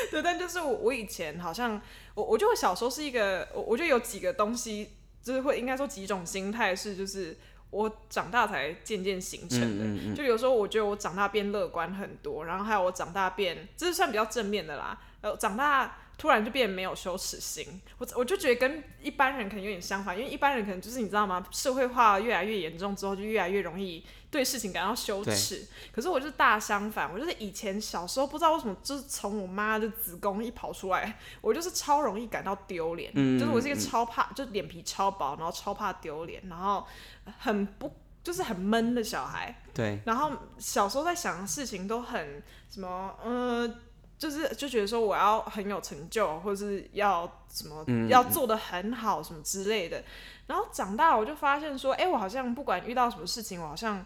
Speaker 1: 对，但就是我，我以前好像我，我觉得我小时候是一个，我我觉得有几个东西，就是会应该说几种心态是，就是我长大才渐渐形成的。
Speaker 2: 嗯嗯嗯，
Speaker 1: 就有时候我觉得我长大变乐观很多，然后还有我长大变，这是算比较正面的啦。呃，长大突然就变没有羞耻心，我我就觉得跟一般人可能有点相反，因为一般人可能就是你知道吗？社会化越来越严重之后，就越来越容易对事情感到羞耻。可是我就是大相反，我就是以前小时候不知道为什么，就是从我妈的子宫一跑出来，我就是超容易感到丢脸，
Speaker 2: 嗯
Speaker 1: 就是我是一个超怕，就脸皮超薄，然后超怕丢脸，然后很不就是很闷的小孩。
Speaker 2: 对，
Speaker 1: 然后小时候在想的事情都很什么，呃，就是就觉得说我要很有成就，或是要什么、
Speaker 2: 嗯
Speaker 1: 要做的很好什么之类的。然后长大了我就发现说，哎、我好像不管遇到什么事情，我好像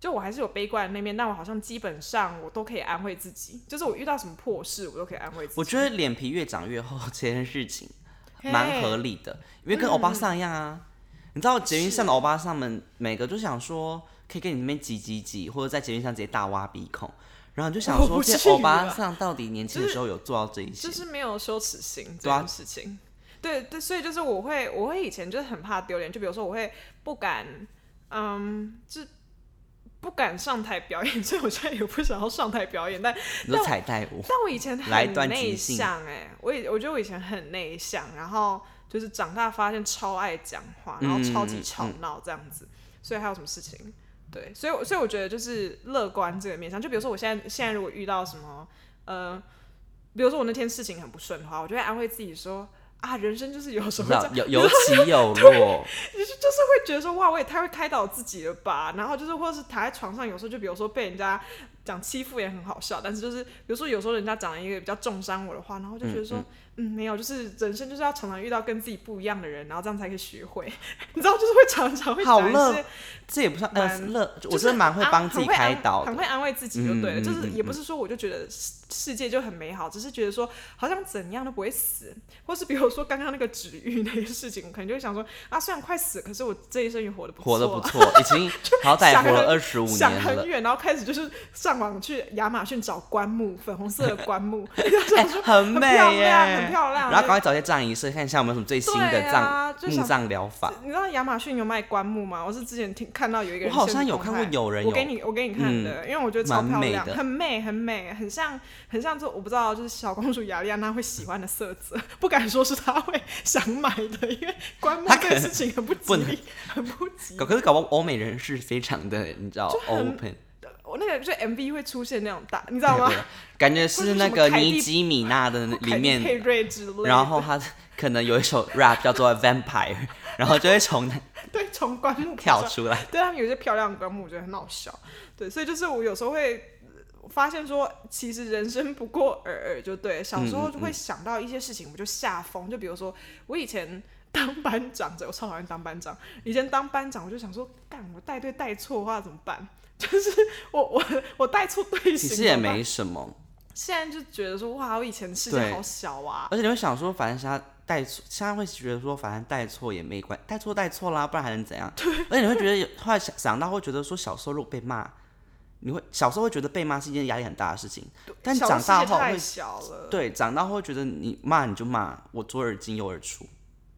Speaker 1: 就我还是有悲观的那面，但我好像基本上我都可以安慰自己，就是我遇到什么破事，我都可以安慰自己。
Speaker 2: 我觉得脸皮越长越厚这件事情，蛮合理的，因为跟欧巴桑一样啊。你知道捷运上的欧巴桑们，每个就想说可以跟你那边挤挤挤，或者在捷运上直接大挖鼻孔，然后你就
Speaker 1: *laughs*
Speaker 2: 想
Speaker 1: 我
Speaker 2: 说
Speaker 1: 不
Speaker 2: 这
Speaker 1: 至于
Speaker 2: 欧巴
Speaker 1: 吧
Speaker 2: 桑到底年轻的时候有做到这一些？
Speaker 1: 就是没有羞耻心这
Speaker 2: 对啊
Speaker 1: 件事情。对对，所以就是我会，我会以前就是很怕丢脸，就比如说我会不敢，嗯，就不敢上台表演， *laughs* 所以我现在也不想要上台表演。但
Speaker 2: 你说彩带舞，
Speaker 1: 但我以前
Speaker 2: 来
Speaker 1: 很
Speaker 2: 一段
Speaker 1: 内
Speaker 2: 即兴
Speaker 1: 向、哎，我以我觉得我以前很内向，然后就是长大发现超爱讲话，然后超级
Speaker 2: 嗯
Speaker 1: 吵闹这样子。所以还有什么事情？对，所以我所以我觉得就是乐观这个面向，就比如说我现在现在如果遇到什么呃，比如说我那天事情很不顺的话，我就会安慰自己说啊，人生就是有时
Speaker 2: 知
Speaker 1: 候这
Speaker 2: 道
Speaker 1: 样，
Speaker 2: 有有
Speaker 1: *laughs*
Speaker 2: 起有落，
Speaker 1: 就是就是会觉得说哇，我也太会开导自己了吧。然后就是或者是躺在床上，有时候就比如说被人家讲欺负也很好笑，但是就是比如说有时候人家讲了一个比较重伤我的话，然后就觉得说嗯没有，就是人生就是要常常遇到跟自己不一样的人，然后这样才可以学会。 *laughs* 你知道，就是会常常会
Speaker 2: 好
Speaker 1: 讲一
Speaker 2: 乐
Speaker 1: 些
Speaker 2: 这也不算呃
Speaker 1: 蛮
Speaker 2: 乐，
Speaker 1: 就
Speaker 2: 我
Speaker 1: 是
Speaker 2: 真的蛮会
Speaker 1: 安
Speaker 2: 帮自己
Speaker 1: 很会安
Speaker 2: 开导
Speaker 1: 啊很
Speaker 2: 的。
Speaker 1: 会安慰自己就对了。
Speaker 2: 嗯嗯
Speaker 1: 就是
Speaker 2: 嗯
Speaker 1: 也不是说我就觉得世世界就很美好，只是觉得说好像怎样都不会死，或是比如说刚刚那个止愈那个事情，我可能就会想说啊，虽然快死了，可是我这一生也活得不错，啊
Speaker 2: 活得不错，已
Speaker 1: *laughs*
Speaker 2: 经好歹
Speaker 1: 想
Speaker 2: 活了
Speaker 1: 很
Speaker 2: 二十五年
Speaker 1: 想
Speaker 2: 了
Speaker 1: 很，远，然后开始就是上网去亚马逊找棺木，粉红色的棺
Speaker 2: *laughs*
Speaker 1: 木，
Speaker 2: 哎、很
Speaker 1: 很
Speaker 2: 美
Speaker 1: 漂
Speaker 2: 耶，
Speaker 1: 亮，很漂亮。
Speaker 2: 然后赶快找一些葬仪社看一下有没有什么最新的
Speaker 1: 对
Speaker 2: 葬、
Speaker 1: 啊就
Speaker 2: 墓
Speaker 1: 想
Speaker 2: 葬疗法。
Speaker 1: 你知道亚马逊有卖棺木吗？我是之前听看到有一个人，
Speaker 2: 我好像有看过有人有嗯
Speaker 1: 我给你我给你看的，因为我觉得超漂
Speaker 2: 蛮美
Speaker 1: 亮，
Speaker 2: 的
Speaker 1: 很美很美，很像很像这我不知道，就是小公主雅丽安娜会喜欢的色泽， *laughs* 不敢说是她会想买的，因为棺木
Speaker 2: 她
Speaker 1: 这
Speaker 2: 可
Speaker 1: 个
Speaker 2: 能
Speaker 1: 事情很不吉
Speaker 2: 不能
Speaker 1: 利，很不吉利
Speaker 2: 搞。可是搞不好欧美人士非常的，你知道
Speaker 1: 就很
Speaker 2: ，open，
Speaker 1: 我那个就是 MV 会出现那种大，你知道吗
Speaker 2: *laughs* 对？我感觉是那个
Speaker 1: 或者是什么凯蒂
Speaker 2: 尼基米娜的里面
Speaker 1: 配瑞之类的，
Speaker 2: 然后他可能有一首 rap 叫做 Vampire，然后就会从那
Speaker 1: 对从棺木爬
Speaker 2: 跳
Speaker 1: 上 *laughs*
Speaker 2: 出来。
Speaker 1: 对他们有些漂亮的棺木，我觉得很好笑。对，所以就是我有时候会呃发现说，其实人生不过尔尔，就对。小
Speaker 2: 嗯
Speaker 1: 时候就会想到一些事情，我就吓疯。就比如说，我以前当班长，我超讨厌当班长。以前当班长，我就想说，干我带队带错的话怎么办？ *laughs* 就是我我我带错队
Speaker 2: 其
Speaker 1: 形，
Speaker 2: 实也。没什么，
Speaker 1: 现在就觉得说，哇，我以前世界
Speaker 2: 对
Speaker 1: 好小啊。
Speaker 2: 而且你会想说，反正现在带错，现在会觉得说，反正带错也没关，带错带错啦，不然还能怎样？而且你会觉得有，后来想想到会觉得说，小时候如果被骂，你会小时候会觉得被骂是一件压力很大的事情，但
Speaker 1: 小
Speaker 2: 长
Speaker 1: 世
Speaker 2: 大
Speaker 1: 界
Speaker 2: 后
Speaker 1: 太
Speaker 2: 会
Speaker 1: 小了。
Speaker 2: 对，长大后会觉得你骂你就骂，我左耳进右耳出，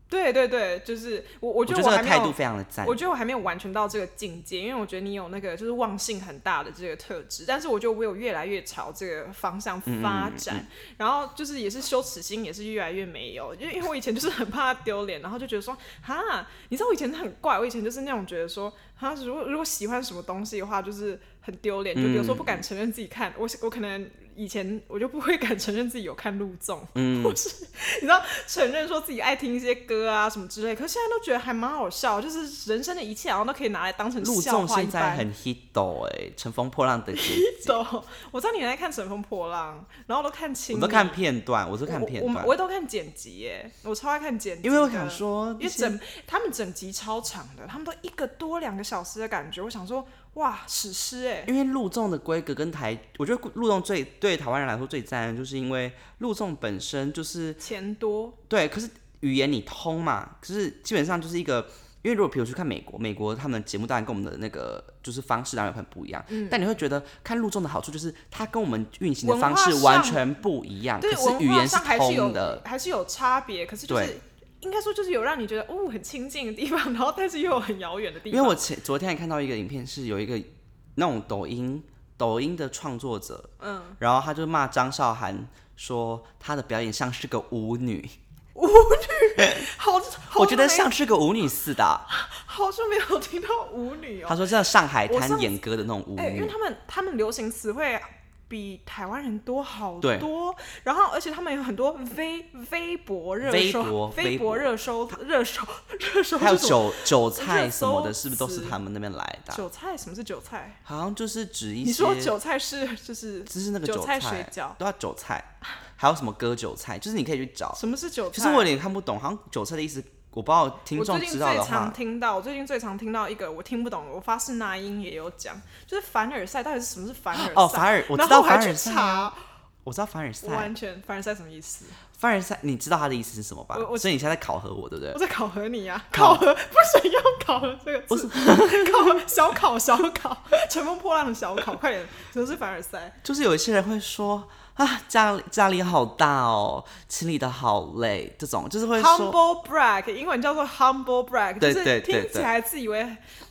Speaker 1: 对对对，就是我，我
Speaker 2: 我
Speaker 1: 觉
Speaker 2: 觉
Speaker 1: 得我
Speaker 2: 得这
Speaker 1: 还
Speaker 2: 个
Speaker 1: 没
Speaker 2: 态
Speaker 1: 有
Speaker 2: 度非常的赞
Speaker 1: 我。觉得我还没有完全到这个境界，因为我觉得你有那个就是忘性很大的这个特质，但是我觉得我有越来越朝这个方
Speaker 2: 嗯
Speaker 1: 向发展，然后就是也是羞耻心也是越来越没有，因为因为我以前就是很怕丢脸，然后就觉得说哈，你知道我以前很怪，我以前就是那种觉得说哈，如果如果喜欢什么东西的话，就是很丢脸，就比
Speaker 2: 嗯
Speaker 1: 如说不敢承认自己看，我我可能以前我就不会敢承认自己有看陆纵，
Speaker 2: 嗯
Speaker 1: *laughs* 你知道承认说自己爱听一些歌啊什么之类，可是现在都觉得还蛮好笑，就是人生的一切好像都可以拿来当成
Speaker 2: 陆
Speaker 1: 笑
Speaker 2: 纵
Speaker 1: 话一
Speaker 2: 现在
Speaker 1: 般。 *laughs*
Speaker 2: 很 hit 哦，哎，乘风破浪的姐姐，
Speaker 1: 走，我知道你在看《乘风破浪》，然后都看清，
Speaker 2: 我都看片段，我都看
Speaker 1: 我
Speaker 2: 片
Speaker 1: 我
Speaker 2: 段
Speaker 1: 们，我都看剪辑耶，我超爱看剪辑的，
Speaker 2: 因为我想说，
Speaker 1: 因为整他们整集超长的，他们都一个多两个小时的感觉，我想说哇史诗哎，
Speaker 2: 因为陆纵的规格跟台，我觉得陆纵最对台湾人来说最赞，的就是因为陆纵本身就是
Speaker 1: 钱多
Speaker 2: 对，可是语言你通嘛，可是基本上就是一个，因为如果比如去看美国，美国他们的节目当然跟我们的那个就是方式当然很不一样，但你会觉得看陆纵的好处就是它跟我们运行的
Speaker 1: 嗯文化
Speaker 2: 方式
Speaker 1: 上
Speaker 2: 完全不一啊样，可
Speaker 1: 对
Speaker 2: 是
Speaker 1: 文
Speaker 2: 语
Speaker 1: 化
Speaker 2: 言是
Speaker 1: 上还是有
Speaker 2: 通的，
Speaker 1: 还是有差别，可是就是
Speaker 2: 对。
Speaker 1: 应该说就是有让你觉得哦很亲近的地方，然后但是又有很遥远的地
Speaker 2: 因为
Speaker 1: 方。
Speaker 2: 我前昨天还看到一个影片，是有一个那种抖音抖音的创作者，嗯，然后他就骂张韶涵说她的表演像是个舞女，
Speaker 1: 好，好
Speaker 2: 我觉得
Speaker 1: 没
Speaker 2: 像是个舞女似的啊。
Speaker 1: 好久没有听到舞女哦、
Speaker 2: 他说像上海
Speaker 1: 我上
Speaker 2: 滩
Speaker 1: 次
Speaker 2: 演歌的那种舞
Speaker 1: 哎、因为
Speaker 2: 女，
Speaker 1: 他们他们流行词汇比台湾人多好
Speaker 2: 对
Speaker 1: 多，然后而且他们有很多微微博热
Speaker 2: 微
Speaker 1: 搜，
Speaker 2: 博
Speaker 1: 微
Speaker 2: 微
Speaker 1: 博
Speaker 2: 博
Speaker 1: 热搜热搜热搜
Speaker 2: 还有
Speaker 1: 哎是什么
Speaker 2: 韭韭菜什么
Speaker 1: 热搜
Speaker 2: 的，是不是都是
Speaker 1: 词
Speaker 2: 他们那边来的啊？
Speaker 1: 韭菜，什么是韭菜？
Speaker 2: 好像就是指一
Speaker 1: 你说
Speaker 2: 些，
Speaker 1: 韭菜是 *laughs* 就是
Speaker 2: 就是那个
Speaker 1: 韭
Speaker 2: 菜
Speaker 1: 菜水饺
Speaker 2: 对啊，韭菜，还有什么割韭菜，就是你可以去找。
Speaker 1: 什么是韭菜？
Speaker 2: 其实我有点看不懂，好像韭菜的意思，我不知道听
Speaker 1: 我最
Speaker 2: 众
Speaker 1: 近
Speaker 2: 知
Speaker 1: 最
Speaker 2: 道的
Speaker 1: 常
Speaker 2: 话，
Speaker 1: 听到，我最近最常听到一个我听不懂，我发誓那英也有讲，就是凡尔赛，到底是什么是凡尔赛？
Speaker 2: 哦凡尔我知
Speaker 1: 然后
Speaker 2: 道
Speaker 1: 还
Speaker 2: 凡
Speaker 1: 去
Speaker 2: 尔赛
Speaker 1: 查，
Speaker 2: 我知道凡尔赛
Speaker 1: 我，完全凡尔赛什么意思？
Speaker 2: 凡尔赛，你知道他的意思是什么吧
Speaker 1: 我？
Speaker 2: 所以你现在在考核我，对不对
Speaker 1: 我？在考核你啊，考
Speaker 2: 考
Speaker 1: 核不准用“考核”这个字， *laughs* 考核小考小考， *laughs* 乘风破浪的小考，快点，这是凡尔赛。
Speaker 2: 就是有一些人会说啊，家里家里好大哦，清理的好累，这种就是会说，
Speaker 1: Humble brag，英文叫做 humble brag，就
Speaker 2: 对
Speaker 1: 是
Speaker 2: 对对
Speaker 1: 听起来自以为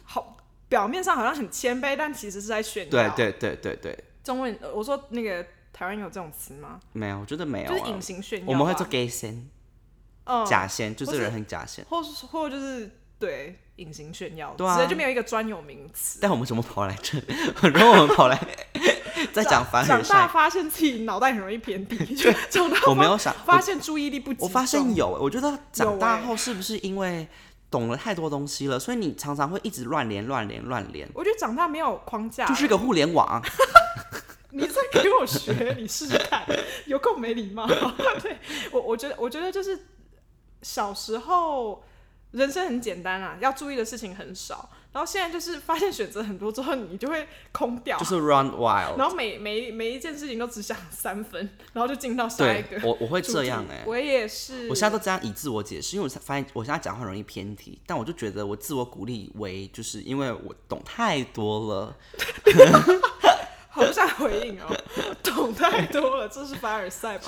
Speaker 1: 好，表面上好像很谦卑，但其实是在炫耀。
Speaker 2: 对，对对对对，
Speaker 1: 中文呃我说那个台湾有这种词吗？
Speaker 2: 没有，我觉得没有、
Speaker 1: 就是隐
Speaker 2: 啊，
Speaker 1: 形炫耀吧。
Speaker 2: 我们会做 gay 先、
Speaker 1: 嗯，
Speaker 2: 假先，就这个
Speaker 1: 或是
Speaker 2: 人很假先，
Speaker 1: 或是或就是对隐形炫耀，
Speaker 2: 对啊
Speaker 1: 直接就没有一个专有名词。
Speaker 2: 但我们怎么跑来这 *laughs* 里？如果我们跑来 *laughs* 在讲凡尔
Speaker 1: 长大
Speaker 2: 赛，
Speaker 1: 发现自己脑袋很容易
Speaker 2: *laughs*
Speaker 1: 偏低，就长大
Speaker 2: 我没
Speaker 1: 发
Speaker 2: 有想，
Speaker 1: 发现注意力不集中。
Speaker 2: 我发现有、我觉得长大
Speaker 1: 欸
Speaker 2: 后是不是因为懂了太多东西了，所以你常常会一直乱连乱连乱连，
Speaker 1: 我觉得长大没有框架，
Speaker 2: 就是个互联
Speaker 1: *laughs*
Speaker 2: 网。
Speaker 1: 你在给我学，你试试看，有够没礼貌。 *laughs* 对我，我觉得，我觉得就是小时候人生很简单啊，要注意的事情很少，然后现在就是发现选择很多之后，你就会空掉
Speaker 2: 就。是 run wild。
Speaker 1: 然后每每每一件事情都只想三分，然后就进到下一
Speaker 2: 对
Speaker 1: 个，
Speaker 2: 我我会
Speaker 1: 主
Speaker 2: 这
Speaker 1: 题
Speaker 2: 样哎、
Speaker 1: 我也是，
Speaker 2: 我现在都这样以自我解释，因为我才发现我现在讲话容易偏题，但我就觉得我自我鼓励为，就是因为我懂太多了， *laughs*
Speaker 1: 好不想回应哦， *laughs* 懂太多了，这是凡尔赛吧？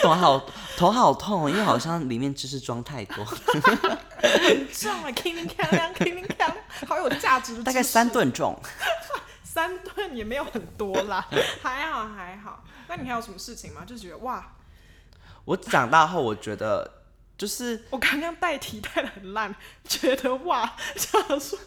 Speaker 2: 懂好啊 *laughs* 头好痛，因为好像里面知识装太
Speaker 1: *laughs*
Speaker 2: 多，
Speaker 1: 这样啊，叮叮锵亮，叮叮锵亮，好有价值的知识。
Speaker 2: 大概三顿重。
Speaker 1: 三顿也没有很多
Speaker 2: *laughs*
Speaker 1: 啦，还好还好。那你还有什么事情吗？就觉得哇，
Speaker 2: 我长大后，我觉得就是
Speaker 1: 我刚刚代题带的很烂，觉得哇，想说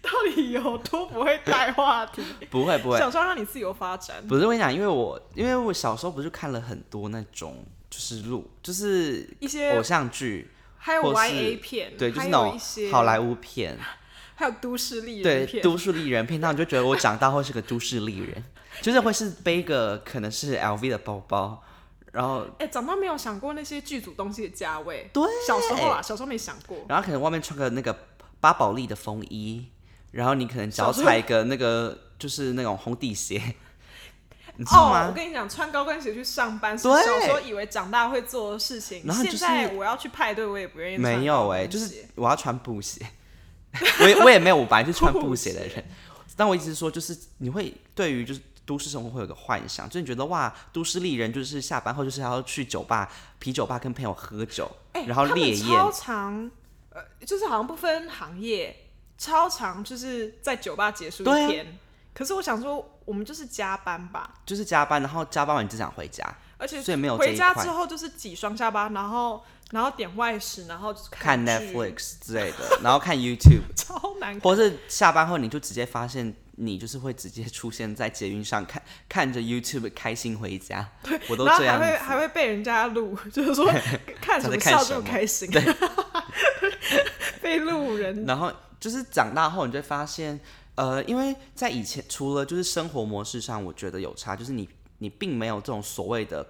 Speaker 1: 到底有多不会带话题？
Speaker 2: 不会不会，
Speaker 1: 想说让你自由发展，
Speaker 2: 不是我跟你讲，因为我因为我小时候不是看了很多那种就是录就是
Speaker 1: 一些
Speaker 2: 偶像剧，
Speaker 1: 还有
Speaker 2: 哦或是
Speaker 1: YA 片，
Speaker 2: 对，就是
Speaker 1: 还
Speaker 2: 那
Speaker 1: 有一
Speaker 2: 种
Speaker 1: 些
Speaker 2: 好莱坞片，
Speaker 1: 还有都市丽人
Speaker 2: 对，
Speaker 1: 片，
Speaker 2: 都市丽人片，那我就觉得我长大后是个都市丽人，就是会是背个可能是 LV 的包包，然后
Speaker 1: 哎、长大没有想过那些剧组东西的价位。
Speaker 2: 对
Speaker 1: 小时候啊，小时候没想过。
Speaker 2: 然后可能外面穿个那个巴宝莉的风衣，然后你可能脚
Speaker 1: 小时候
Speaker 2: 踩一个那个就是那种红底鞋，你知道
Speaker 1: 哦，我
Speaker 2: 吗？
Speaker 1: 跟你讲，穿高跟鞋去上班是
Speaker 2: 对
Speaker 1: 小时候以为长大会做的事情。
Speaker 2: 然后就是
Speaker 1: 现在我要去派对，我也不
Speaker 2: *laughs*
Speaker 1: 愿意穿
Speaker 2: 没有
Speaker 1: 高
Speaker 2: 哎、
Speaker 1: 跟
Speaker 2: 就是
Speaker 1: 鞋
Speaker 2: 我要穿布鞋，我也我也没有，我本来是穿布鞋的
Speaker 1: *laughs*
Speaker 2: 人，但我一直说就是你会对于就是。都市生活会有个幻想，就是你觉得哇，都市丽人就是下班后就是要去酒吧、啤酒吧跟朋友喝酒，
Speaker 1: 哎
Speaker 2: 然后
Speaker 1: 他们
Speaker 2: 烈焰，
Speaker 1: 超长，呃，就是好像不分行业，超长就是在酒吧结束
Speaker 2: 对
Speaker 1: 一
Speaker 2: 啊
Speaker 1: 天。可是我想说，我们就是加班吧，
Speaker 2: 就是加班，然后加班完你只想回家，
Speaker 1: 而且
Speaker 2: 所以没有这
Speaker 1: 回
Speaker 2: 一
Speaker 1: 家
Speaker 2: 块。
Speaker 1: 之后就是挤双下巴，然后然后点外食，然后就是
Speaker 2: 看
Speaker 1: 剧
Speaker 2: Netflix 之类的，然后看 YouTube，
Speaker 1: 超难看。
Speaker 2: 或是下班后你就直接发现你就是会直接出现在捷运上看看着 YouTube 开心回家，我都
Speaker 1: 然后
Speaker 2: 这
Speaker 1: 还
Speaker 2: 样
Speaker 1: 会
Speaker 2: 子。
Speaker 1: 还会被人家录，就是
Speaker 2: *laughs*
Speaker 1: 说看什么笑这么开心，被路人
Speaker 2: 然后就是长大后，你就会发现，呃，因为在以前除了就是生活模式上，我觉得有差，就是你你并没有这种所谓的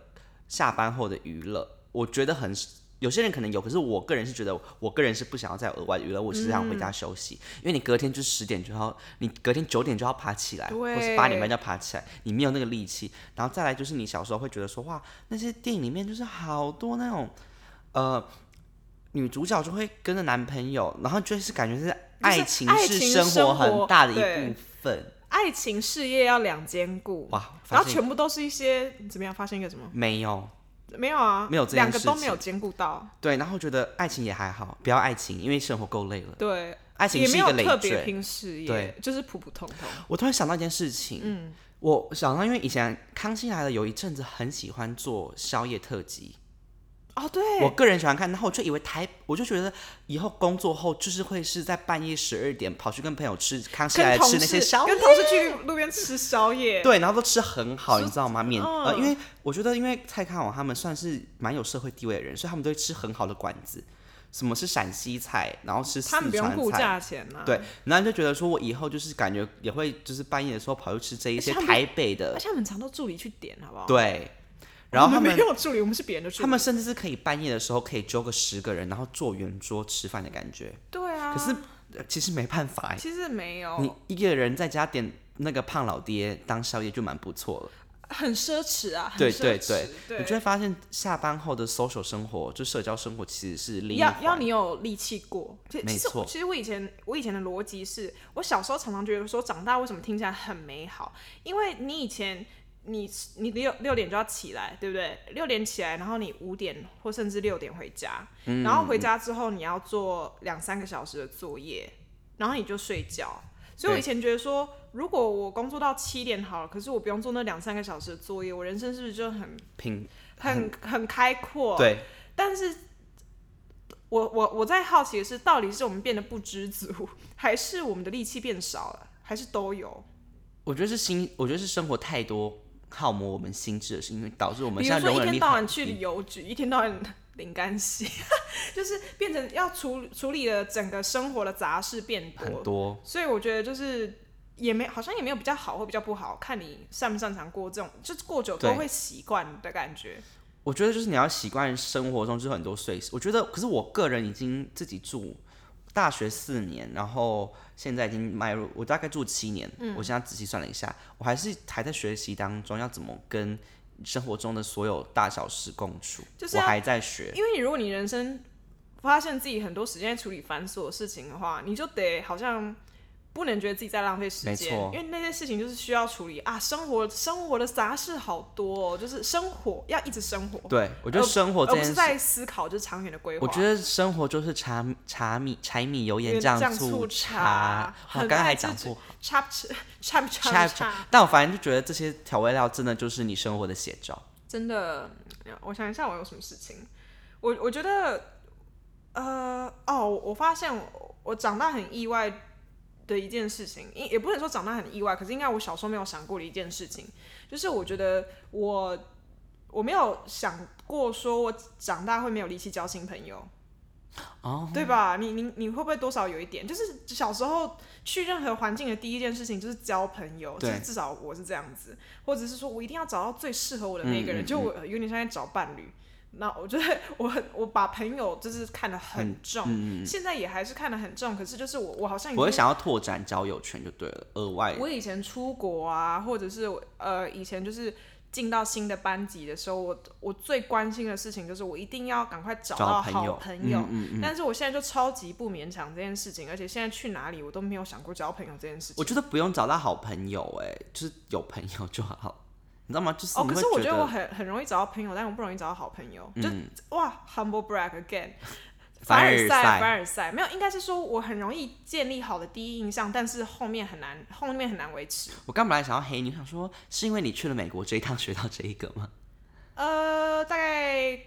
Speaker 2: 下班后的娱乐，我觉得很。有些人可能有，可是我个人是觉得，我个人是不想要再有额外的娱乐，我是想回家休息。因为你隔天就十点就要，你隔天九点就要爬起来，或是
Speaker 1: 对
Speaker 2: 八点半就要爬起来，你没有那个力气。然后再来就是你小时候会觉得说，哇，那些电影里面就是好多那种，呃，女主角就会跟着男朋友，然后就是感觉是爱情
Speaker 1: 爱
Speaker 2: 是
Speaker 1: 情
Speaker 2: 生活
Speaker 1: 生
Speaker 2: 很
Speaker 1: 活
Speaker 2: 大的
Speaker 1: 对
Speaker 2: 一部分。
Speaker 1: 爱情事业要两兼顾，
Speaker 2: 哇，
Speaker 1: 然
Speaker 2: 发
Speaker 1: 后
Speaker 2: 现
Speaker 1: 全部都是一些怎么样？发现一个什么？
Speaker 2: 没有
Speaker 1: 没有啊，
Speaker 2: 没有这件
Speaker 1: 两个
Speaker 2: 事
Speaker 1: 都没
Speaker 2: 情
Speaker 1: 有兼顾到，
Speaker 2: 对，然后觉得爱情也还好，不要爱情，因为生活够累了，
Speaker 1: 对，
Speaker 2: 爱情
Speaker 1: 也
Speaker 2: 是
Speaker 1: 没
Speaker 2: 一
Speaker 1: 有
Speaker 2: 个累
Speaker 1: 特别
Speaker 2: 赘。
Speaker 1: 拼事业
Speaker 2: 对，
Speaker 1: 就是普普通通。
Speaker 2: 我突然想到一件事情，嗯，我想到因为以前《康熙来了》有一阵子很喜欢做宵夜特辑，
Speaker 1: 哦，对，
Speaker 2: 我个人喜欢看，然后我就以为台，我就觉得以后工作后就是会是在半夜十二点跑去跟朋友吃康熙来
Speaker 1: 跟
Speaker 2: 了
Speaker 1: 同
Speaker 2: 吃那些
Speaker 1: 事
Speaker 2: 宵夜
Speaker 1: 跟。同事去路边吃宵夜，
Speaker 2: 对，然后都吃很好，你知道吗？免、
Speaker 1: 嗯
Speaker 2: 呃，因为我觉得，因为蔡康永他们算是蛮有社会地位的人，所以他们都会吃很好的馆子，什么是陕西菜，然后吃四
Speaker 1: 他们不用
Speaker 2: 川
Speaker 1: 顾
Speaker 2: 菜。
Speaker 1: 价钱啊呐。
Speaker 2: 对，然后就觉得说，我以后就是感觉也会就是半夜的时候跑去吃这一
Speaker 1: 而且
Speaker 2: 些
Speaker 1: 他们
Speaker 2: 台北的
Speaker 1: 而，且他们常都助理去点，好不好？，
Speaker 2: 对。然后他
Speaker 1: 们
Speaker 2: 们
Speaker 1: 没有助理，我们是别人的助理。
Speaker 2: 他们甚至是可以半夜的时候可以揪个十个人，然后坐圆桌吃饭的感觉。
Speaker 1: 对啊，
Speaker 2: 可是、呃其实没办法欸，
Speaker 1: 其实没
Speaker 2: 你
Speaker 1: 有，
Speaker 2: 一个人在家点那个胖老爹当宵夜就蛮不错了。
Speaker 1: 很奢侈啊，很
Speaker 2: 对
Speaker 1: 奢
Speaker 2: 对
Speaker 1: 侈
Speaker 2: 对
Speaker 1: 对
Speaker 2: 你就会发现下班后的 social 生活，就社交生活其实是另一
Speaker 1: 要要
Speaker 2: 环。
Speaker 1: 你有力气过，其
Speaker 2: 没
Speaker 1: 其实
Speaker 2: 错
Speaker 1: 其实我以前我以前的逻辑是，我小时候常常觉得说，长大为什么听起来很美好？因为你以前你你六六点就要起来，对不对？六点起来，然后你五点或甚至六点回家，
Speaker 2: 嗯
Speaker 1: 然后回家之后你要做两三个小时的作业，然后你就睡觉。所以我
Speaker 2: 对
Speaker 1: 以前觉得说，如果我工作到七点好了，可是我不用做那两三个小时的作业，我人生是不是就很
Speaker 2: 拼
Speaker 1: 很很开阔？
Speaker 2: 对，
Speaker 1: 但是我我我在好奇的是，到底是我们变得不知足， *laughs* 还是我们的力气变少了，还是都有？
Speaker 2: 我觉得是心，我觉得是生活太多耗磨我们心智的事，因为导致我们
Speaker 1: 比
Speaker 2: 现
Speaker 1: 如说
Speaker 2: 在容
Speaker 1: 一
Speaker 2: 忍
Speaker 1: 天
Speaker 2: 力
Speaker 1: 到
Speaker 2: 很
Speaker 1: 晚去
Speaker 2: 低。
Speaker 1: 邮局，一天到晚 *laughs* 淋干洗，就是变成要处处理的整个生活的杂事变多，
Speaker 2: 很多。
Speaker 1: 所以我觉得就是。也没好像也没有比较好或比较不好，看你擅不擅长过这种，就是过久都
Speaker 2: 对
Speaker 1: 会习惯的感觉。
Speaker 2: 我觉得就是你要习惯生活中就是很多碎事。我觉得，可是我个人已经自己住大学四年，然后现在已经迈入我大概住七年。
Speaker 1: 嗯
Speaker 2: 我现在仔细算了一下，我还是还在学习当中，要怎么跟生活中的所有大小事共处。
Speaker 1: 就是
Speaker 2: 我
Speaker 1: 要
Speaker 2: 还在学。
Speaker 1: 因为你如果你人生发现自己很多时间在处理繁琐的事情的话，你就得好像不能觉得自己在浪费时
Speaker 2: 没
Speaker 1: 间，
Speaker 2: 错
Speaker 1: 因为那些事情就是需要处理啊。生活生活的杂事好多、哦，就是生活要一直生活，
Speaker 2: 对，我觉得生活
Speaker 1: 而
Speaker 2: 这
Speaker 1: 不
Speaker 2: 件
Speaker 1: 是
Speaker 2: 事，
Speaker 1: 在思考就是长远的规划。
Speaker 2: 我觉得生活就是茶茶米柴米油盐酱
Speaker 1: 酱
Speaker 2: 醋
Speaker 1: 醋
Speaker 2: 茶
Speaker 1: 茶。
Speaker 2: 我
Speaker 1: 很
Speaker 2: 刚才
Speaker 1: 爱
Speaker 2: 还
Speaker 1: 自
Speaker 2: 讲
Speaker 1: 己
Speaker 2: 不
Speaker 1: chap chap chap
Speaker 2: Chap-
Speaker 1: chap，
Speaker 2: 但我反正就觉得这些调味料真的就是你生活的写照。
Speaker 1: 真的，呃我想一下我有什么事情，我我觉得，呃，哦，我发现我我长大很意外。的一件事情，也也不能说长大很意外，可是应该我小时候没有想过的一件事情，就是我觉得我我没有想过说我长大会没有力气交新朋友，
Speaker 2: 哦，
Speaker 1: 对吧？你你你会不会多少有一点？就是小时候去任何环境的第一件事情就是交朋友，就
Speaker 2: 对
Speaker 1: 是至少我是这样子，或者是说我一定要找到最适合我的那个人，
Speaker 2: 嗯嗯
Speaker 1: 就我有点像在找伴侣。那我觉得我很我把朋友就是看得很重，
Speaker 2: 嗯，
Speaker 1: 现在也还是看得很重，可是就是我我好像已
Speaker 2: 我会
Speaker 1: 经
Speaker 2: 想要拓展交友圈就对了，额外
Speaker 1: 我以前出国啊，或者是我呃，以前就是进到新的班级的时候，我我最关心的事情就是我一定要赶快找到
Speaker 2: 找
Speaker 1: 好
Speaker 2: 友，
Speaker 1: 朋
Speaker 2: 嗯
Speaker 1: 友。
Speaker 2: 嗯嗯。
Speaker 1: 但是我现在就超级不勉强这件事情，而且现在去哪里我都没有想过交朋友这件事
Speaker 2: 我
Speaker 1: 情。
Speaker 2: 觉得不用找到好朋友、哎，就是有朋友就好，你知道吗？就是
Speaker 1: 哦，
Speaker 2: 你
Speaker 1: 可
Speaker 2: 会
Speaker 1: 是我
Speaker 2: 觉
Speaker 1: 觉得我很很容易找到朋友，但我不容易找到好朋友。
Speaker 2: 嗯，
Speaker 1: 就哇，humble brag again，
Speaker 2: 凡
Speaker 1: 凡尔
Speaker 2: 尔
Speaker 1: 赛，
Speaker 2: 赛
Speaker 1: 凡尔赛，没有，应该是说我很容易建立好的第一印象，但是后面很难，后面很难维持。
Speaker 2: 我刚本来想要黑你，我想说是因为你去了美国这一趟学到这一个吗？
Speaker 1: 呃，大概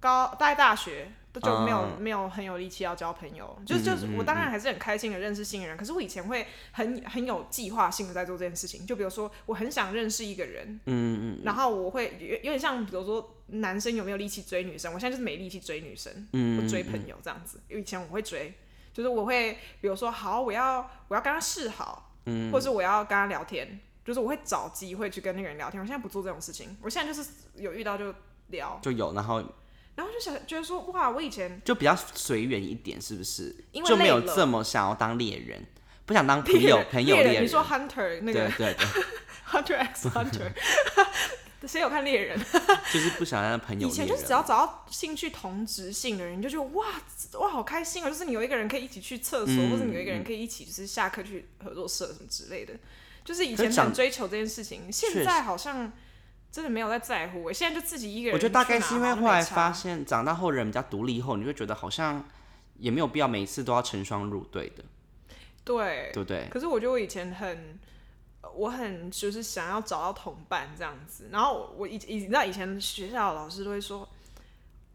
Speaker 1: 高大概大学都就没有、
Speaker 2: 嗯
Speaker 1: 没有很有力气要交朋友，就就是我当然还是很开心的认识新人，可是我以前会很很有计划性的在做这件事情，就比如说我很想认识一个人，
Speaker 2: 嗯嗯
Speaker 1: 然后我会有有点像比如说男生有没有力气追女生，我现在就是没力气追女生，
Speaker 2: 嗯，
Speaker 1: 我追朋友这样子，因为以前我会追。就是我会，比如说，好，我要我要跟他示好，
Speaker 2: 嗯，
Speaker 1: 或者是我要跟他聊天，就是我会找机会去跟那个人聊天。我现在不做这种事情，我现在就是有遇到就聊，
Speaker 2: 就有，然后
Speaker 1: 然后就想觉得说，哇，我以前
Speaker 2: 就比较随缘一点，是不是？
Speaker 1: 因为
Speaker 2: 就没有
Speaker 1: 累了
Speaker 2: 这么想要当猎人，不想当
Speaker 1: *laughs*
Speaker 2: 朋
Speaker 1: 猎
Speaker 2: 友
Speaker 1: 人
Speaker 2: 朋友
Speaker 1: 猎
Speaker 2: 猎
Speaker 1: 你说 hunter 那
Speaker 2: 对
Speaker 1: 个
Speaker 2: 对对，
Speaker 1: hunter x
Speaker 2: *laughs*
Speaker 1: hunter，谁有看猎人？
Speaker 2: 就是不想当朋友
Speaker 1: 以
Speaker 2: 猎
Speaker 1: 前就是只
Speaker 2: 人。
Speaker 1: 要找到兴趣同质性的人，你就觉得哇哇好开心哦！就是你有一个人可以一起去厕所，
Speaker 2: 嗯
Speaker 1: 或者你有一个人可以一起就是下课去合作社什么之类的，就是以
Speaker 2: 可
Speaker 1: 前
Speaker 2: 是
Speaker 1: 很
Speaker 2: 长
Speaker 1: 追求这件事情，
Speaker 2: 确
Speaker 1: 现
Speaker 2: 实
Speaker 1: 在好像真的没有在在乎。我现在就自己一个人，
Speaker 2: 我觉得大概是因为后来发
Speaker 1: 发，
Speaker 2: 现长大后人比较独立后，你会觉得好像也没有必要每次都要成双入对的，
Speaker 1: 对。
Speaker 2: 对不对？
Speaker 1: 可是我觉得我以前很。我很就是想要找到同伴这样子，然后我我以以你知道以前学校的老师都会说，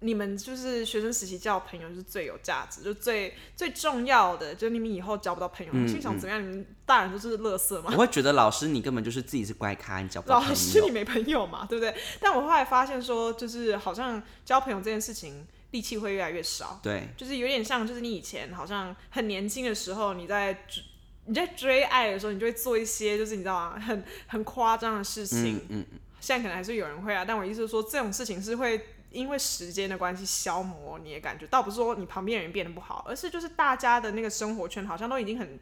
Speaker 1: 你们就是学生时期交朋友是最有价值，就最最重要的，就是你们以后交不到朋友，
Speaker 2: 嗯
Speaker 1: 我心想怎么样？你们大人都是垃圾吗？
Speaker 2: 我会觉得老师你根本就是自己是怪咖，你交不到
Speaker 1: 老
Speaker 2: 朋
Speaker 1: 师你
Speaker 2: 友。
Speaker 1: 没朋友嘛，对不对？但我后来发现说，就是好像交朋友这件事情力气会越来越少，
Speaker 2: 对，
Speaker 1: 就是有点像，就是你以前好像很年轻的时候，你在追你在追爱的时候，你就会做一些就是你知道吗，很很夸张的事情。
Speaker 2: 嗯嗯，
Speaker 1: 现在可能还是有人会啊，但我意思是说，这种事情是会因为时间的关系消磨你的感觉，倒不是说你旁边人变得不好，而是就是大家的那个生活圈好像都已经很，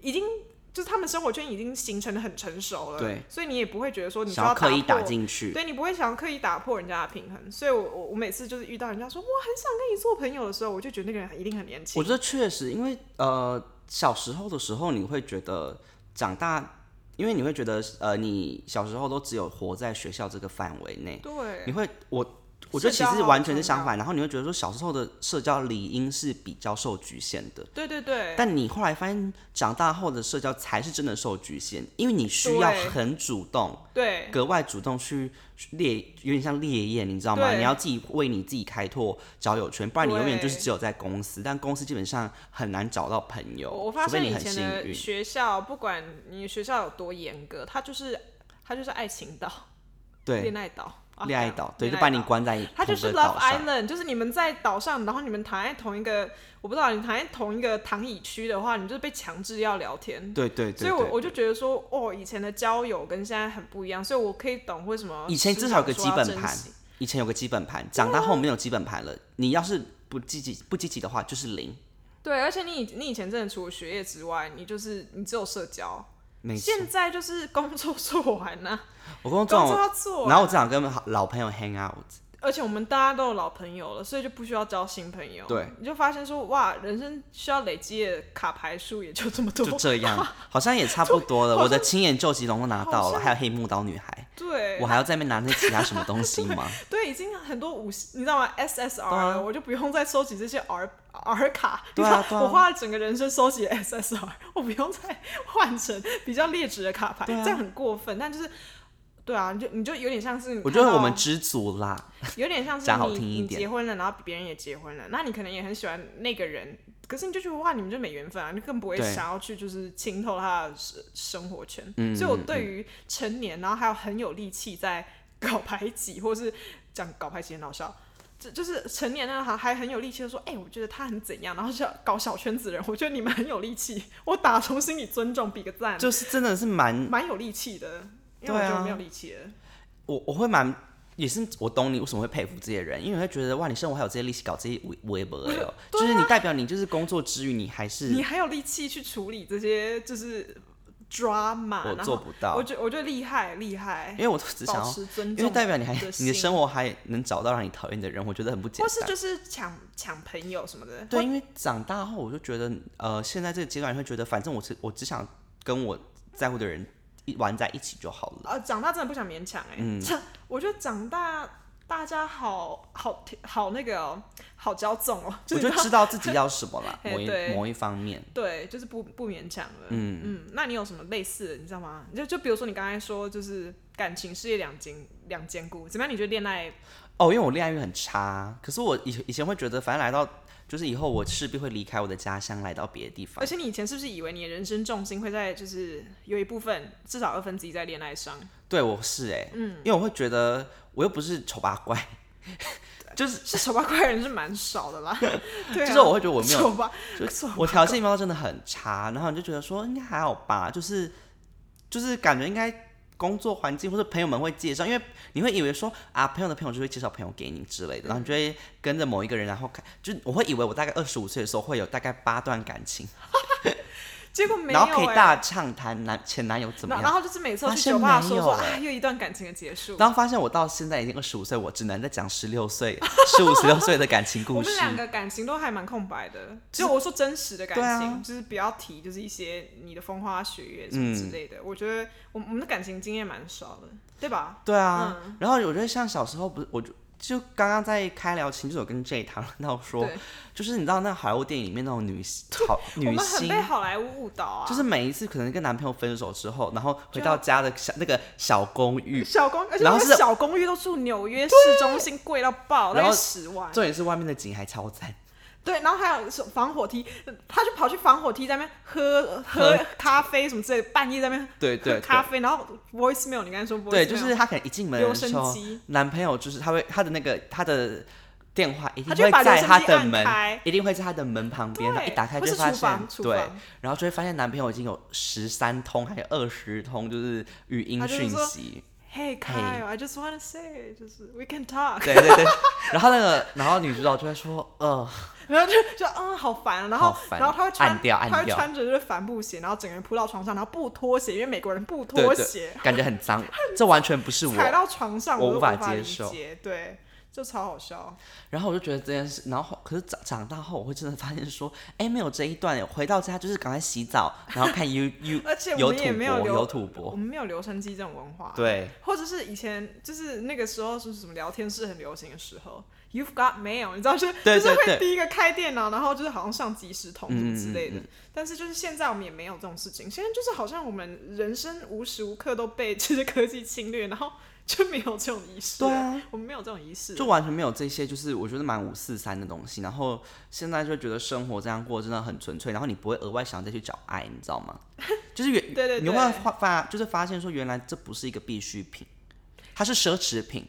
Speaker 1: 已经就是他们生活圈已经形成的很成熟了，
Speaker 2: 对，
Speaker 1: 所以你也不会觉得说你需
Speaker 2: 想要
Speaker 1: 要
Speaker 2: 刻意打
Speaker 1: 破
Speaker 2: 进去，
Speaker 1: 对你不会想要刻意打破人家的平衡，所以我我我每次就是遇到人家说我很想跟你做朋友的时候，我就觉得那个人一定很年轻
Speaker 2: 我。觉得确实，因为呃，小时候的时候你会觉得长大，因为你会觉得呃，你小时候都只有活在学校这个范围内，
Speaker 1: 对，
Speaker 2: 你会我我觉得其
Speaker 1: 社交
Speaker 2: 实
Speaker 1: 好
Speaker 2: 完全是
Speaker 1: 重要
Speaker 2: 相反，然后你会觉得说小时候的社交理应是比较受局限的，
Speaker 1: 对对对，
Speaker 2: 但你后来发现长大后的社交才是真的受局限，因为你需要
Speaker 1: 对
Speaker 2: 很主动，
Speaker 1: 对
Speaker 2: 格外主动去猎，有点像猎艳，你知道吗？
Speaker 1: 对
Speaker 2: 你要自己为你自己开拓交友圈，不然你永远就是
Speaker 1: 对
Speaker 2: 只有在公司，但公司基本上很难找到朋友，
Speaker 1: 我我发
Speaker 2: 除非
Speaker 1: 现
Speaker 2: 你
Speaker 1: 以
Speaker 2: 很
Speaker 1: 前
Speaker 2: 幸
Speaker 1: 的
Speaker 2: 运。
Speaker 1: 学校，不管你学校有多严格，它就是它就是爱情岛、
Speaker 2: *laughs* 对
Speaker 1: 恋，爱岛、啊
Speaker 2: 恋爱岛，对，
Speaker 1: 恋
Speaker 2: 就
Speaker 1: 爱
Speaker 2: 把你关在
Speaker 1: 它就
Speaker 2: 同
Speaker 1: 是
Speaker 2: 个
Speaker 1: Love
Speaker 2: 岛上。
Speaker 1: Island，就是你们在岛上，然后你们躺在同一个，我不知道你躺在同一个躺椅区的话，你就是被强制要聊天。
Speaker 2: 对对
Speaker 1: 所
Speaker 2: 对
Speaker 1: 以我
Speaker 2: 对，
Speaker 1: 我就觉得说，哦，以前的交友跟现在很不一样，所以我可以懂为什么
Speaker 2: 以前
Speaker 1: 师
Speaker 2: 至少有
Speaker 1: 长
Speaker 2: 个
Speaker 1: 说
Speaker 2: 基
Speaker 1: 要
Speaker 2: 本
Speaker 1: 珍
Speaker 2: 盘
Speaker 1: 惜
Speaker 2: 以前有个基本盘，长大后没有基本盘了。你要是不积极不积极的话，就是零。
Speaker 1: 对，而且你以你以前真的除了学业之外，你就是你只有社交，
Speaker 2: 没错，
Speaker 1: 现在就是工作做完呐、
Speaker 2: 我工作
Speaker 1: 工
Speaker 2: 完
Speaker 1: 作
Speaker 2: 我，
Speaker 1: 要做
Speaker 2: 然后我只想跟好老朋友 hang out。
Speaker 1: 而且我们大家都有老朋友了，所以就不需要交新朋友。
Speaker 2: 对，
Speaker 1: 你就发现说，哇，人生需要累积的卡牌数也就这么多。
Speaker 2: 就这
Speaker 1: *laughs*
Speaker 2: 样，好像也差不多了。
Speaker 1: 好像
Speaker 2: 我的亲眼救急龙都拿到
Speaker 1: 好
Speaker 2: 了，
Speaker 1: 像
Speaker 2: 还有黑木岛女孩，
Speaker 1: 对
Speaker 2: 我，还要在那边拿那其他什么东西
Speaker 1: *laughs*
Speaker 2: 吗？
Speaker 1: 对，已经很多五十，你知道吗？SSR
Speaker 2: 对
Speaker 1: 了，
Speaker 2: 啊
Speaker 1: 我就不用再收集这些 R R 卡。
Speaker 2: 对啊
Speaker 1: 你知道
Speaker 2: 对啊
Speaker 1: 我花了整个人生收集 SSR，我不用再 *laughs* 换成比较劣质的卡牌，
Speaker 2: 对啊
Speaker 1: 这样很过分。但就是，对啊，你就你就有点像是你
Speaker 2: 我觉得
Speaker 1: 看到
Speaker 2: 我们知足啦。
Speaker 1: 有点像是
Speaker 2: 讲好
Speaker 1: 你
Speaker 2: 听一
Speaker 1: 你
Speaker 2: 点
Speaker 1: 结婚了，然后别人也结婚了，那你可能也很喜欢那个人，可是你就觉得哇，你们就没缘分啊，你更不会
Speaker 2: 对嗯
Speaker 1: 想要去就是浸透他的生生活圈。所以我对于成年，然后还有很有力气在搞排挤，或是讲搞排挤很好笑。这就是成年人还还很有力气的说，哎、我觉得他很怎样，然后就搞小圈子人，我觉得你们很有力气，我打从心里尊重，比个赞，
Speaker 2: 就是真的是蛮
Speaker 1: 蛮有力气的，因为我
Speaker 2: 对啊
Speaker 1: 就没有力气了。
Speaker 2: 我我会蛮也是我懂你为什么会佩服这些人，因为我会觉得哇，你生活还有这些力气搞这些微微博哦，
Speaker 1: *laughs*
Speaker 2: 就是你代表你就是工作之余你还是
Speaker 1: 啊你还有力气去处理这些就是抓马，
Speaker 2: 我
Speaker 1: 然
Speaker 2: 做
Speaker 1: 后
Speaker 2: 不到
Speaker 1: 我，觉我觉得厉害厉害
Speaker 2: 因，为我只想
Speaker 1: 保
Speaker 2: 要，
Speaker 1: 持尊
Speaker 2: 因为
Speaker 1: 重，
Speaker 2: 代表你还
Speaker 1: 的
Speaker 2: 你的
Speaker 1: 心
Speaker 2: 生活还能找到让你讨厌的人，我觉得很不简
Speaker 1: 或是
Speaker 2: 单。
Speaker 1: 就是抢抢朋友什么的，
Speaker 2: 对，因为长大后我就觉得，呃，现在这个阶段你会觉得，反正我只我只想跟我在乎的人一玩在一起就好了。
Speaker 1: 啊，长大真的不想勉强哎、
Speaker 2: 嗯
Speaker 1: 这、 *laughs* 我觉得长大大家好好好那个哦、好骄纵哦，
Speaker 2: 我
Speaker 1: 就是
Speaker 2: 就知道自己要什
Speaker 1: *laughs*
Speaker 2: 么啦，
Speaker 1: 嘿
Speaker 2: 某一
Speaker 1: 对
Speaker 2: 某一方面，
Speaker 1: 对，就是不不勉强了。嗯嗯，那你有什么类似的，你知道吗？就就比如说你刚才说，就是感情事业两兼两兼顾，怎么样？你觉得恋爱
Speaker 2: 哦，因为我恋爱运很差，可是我以以前会觉得，反正来到就是以后我势必会离开我的家乡，来到别的地方
Speaker 1: 而。且你以前是不是以为你的人生重心会在就是有一部分至少二分之一在恋爱上？
Speaker 2: 对，我是哎、
Speaker 1: 嗯
Speaker 2: 因为我会觉得我又不是丑八怪， *laughs* 就是
Speaker 1: 是丑八怪人是蛮少的啦，对、啊，
Speaker 2: 就是我会觉得我没有
Speaker 1: 丑八，
Speaker 2: 就
Speaker 1: 丑
Speaker 2: 我条件没有真的很差，然后你就觉得说应该还好吧，就是就是感觉应该工作环境或者朋友们会介绍，因为你会以为说啊朋友的朋友就会介绍朋友给你之类的，然后你就会跟着某一个人，然后看就我会以为我大概二十五岁的时候会有大概八段感情，
Speaker 1: 结果没有、
Speaker 2: 然后可以
Speaker 1: 欸
Speaker 2: 大畅谈男前男友怎么
Speaker 1: 然
Speaker 2: 样，
Speaker 1: 然后就是每次我
Speaker 2: 发
Speaker 1: 去
Speaker 2: 现
Speaker 1: 酒吧
Speaker 2: 没
Speaker 1: 说
Speaker 2: 有
Speaker 1: 说，
Speaker 2: 欸
Speaker 1: 啊，又一段感情的结束。
Speaker 2: 然后发现我到现在已经二十五岁，我只能在讲十六岁、十五、十六岁的感情
Speaker 1: *laughs* 我
Speaker 2: 故事
Speaker 1: 们。两个感情都还蛮空白的，
Speaker 2: 就
Speaker 1: 就
Speaker 2: 是
Speaker 1: 我说真实的感
Speaker 2: 对啊
Speaker 1: 情，就是不要提就是一些你的风花雪月什
Speaker 2: 嗯
Speaker 1: 么之类的。我觉得我我们的感情经验蛮少的，对吧？
Speaker 2: 对啊，
Speaker 1: 嗯
Speaker 2: 然后我觉得像小时候不是，我就就刚刚在开聊情，就有跟 J 谈论到说
Speaker 1: 对，
Speaker 2: 就是你知道那好莱坞电影里面那种女星好
Speaker 1: 我
Speaker 2: 女
Speaker 1: 们很
Speaker 2: 星
Speaker 1: 被。好莱坞误导啊，
Speaker 2: 就是每一次可能跟男朋友分手之后，然后回到家的小那个小公寓，
Speaker 1: 小公，而且
Speaker 2: 然后
Speaker 1: 那个
Speaker 2: 是
Speaker 1: 小公寓都住纽约市中心，贵到爆，大
Speaker 2: 然
Speaker 1: 概
Speaker 2: 后
Speaker 1: 十万。
Speaker 2: 重点是外面的景还
Speaker 1: *laughs*
Speaker 2: 超赞，
Speaker 1: 对，然后还有什么防火梯，他就跑去防火梯在那边喝喝咖啡什么之类的，半夜在那边
Speaker 2: 对
Speaker 1: 喝
Speaker 2: 对
Speaker 1: 咖
Speaker 2: 对，
Speaker 1: 啡，然后 voicemail 你刚才说 voicemail，
Speaker 2: 对，就是她可能一进门
Speaker 1: 留
Speaker 2: 的时
Speaker 1: 声
Speaker 2: 候，
Speaker 1: 机，
Speaker 2: 男朋友就是他会他的那个他的电话一定
Speaker 1: 他就会
Speaker 2: 会
Speaker 1: 把留
Speaker 2: 在
Speaker 1: 声
Speaker 2: 他
Speaker 1: 机
Speaker 2: 的
Speaker 1: 按
Speaker 2: 门
Speaker 1: 开，
Speaker 2: 一定会在他的门旁边，然后一
Speaker 1: 对，
Speaker 2: 打开
Speaker 1: 或
Speaker 2: 就是发
Speaker 1: 厨
Speaker 2: 现
Speaker 1: 房，厨
Speaker 2: 对，
Speaker 1: 房，
Speaker 2: 然后就会发现男朋友已经有十三通，还有二十通，就是语音
Speaker 1: 他就是
Speaker 2: 讯
Speaker 1: 说
Speaker 2: 息。
Speaker 1: Hey Kyle, I just wanna say，就是 we can talk， *laughs*
Speaker 2: 对对对，然后那个，然后女主角就会说，呃，
Speaker 1: 然后就就嗯好烦啊，然后
Speaker 2: 好烦
Speaker 1: 然后他会穿
Speaker 2: 按掉按
Speaker 1: 他会
Speaker 2: 掉
Speaker 1: 穿着就是帆布鞋，然后整个人扑到床上，然后不脱鞋，因为美国人不
Speaker 2: 对
Speaker 1: 脱鞋
Speaker 2: 对，，感觉很脏，这完全不是我。
Speaker 1: 踩到床上
Speaker 2: 我
Speaker 1: 都
Speaker 2: 无
Speaker 1: 无
Speaker 2: 法接
Speaker 1: 理
Speaker 2: 受
Speaker 1: 解，对，就超好笑。
Speaker 2: 然后我就觉得这件事，然后可是长长大后，我会真的发现说，哎，没有这一段，回到家就是赶快洗澡，然后
Speaker 1: *laughs*
Speaker 2: 看 U U，
Speaker 1: 而且我
Speaker 2: 有
Speaker 1: 们也
Speaker 2: 土
Speaker 1: 没有
Speaker 2: 博，
Speaker 1: 留
Speaker 2: 有土
Speaker 1: 我
Speaker 2: 博，
Speaker 1: 们没有留声机这种文化，，
Speaker 2: 对，
Speaker 1: 或者是以前就是那个时候是什么聊天室很流行的时候，You've got mail，你知道是
Speaker 2: 对
Speaker 1: 就是
Speaker 2: 对
Speaker 1: 会
Speaker 2: 对
Speaker 1: 第一个开电脑，然后就是好像上即时通什么之类的。
Speaker 2: 嗯
Speaker 1: 但是就是现在我们也没有这种事情，现在就是好像我们人生无时无刻都被 *laughs* 这些科技侵略，然后就没有这种仪式了，
Speaker 2: 对啊
Speaker 1: 我们没有这种仪式了，
Speaker 2: 就完全没有这些，就是我觉得蛮五四三的东西。然后现在就觉得生活这样过真的很纯粹，然后你不会额外想要再去找爱，你知道吗？ *laughs* 就是原
Speaker 1: *laughs* 对对对
Speaker 2: 你会发发就是发现说原来这不是一个必需品，它是奢侈品。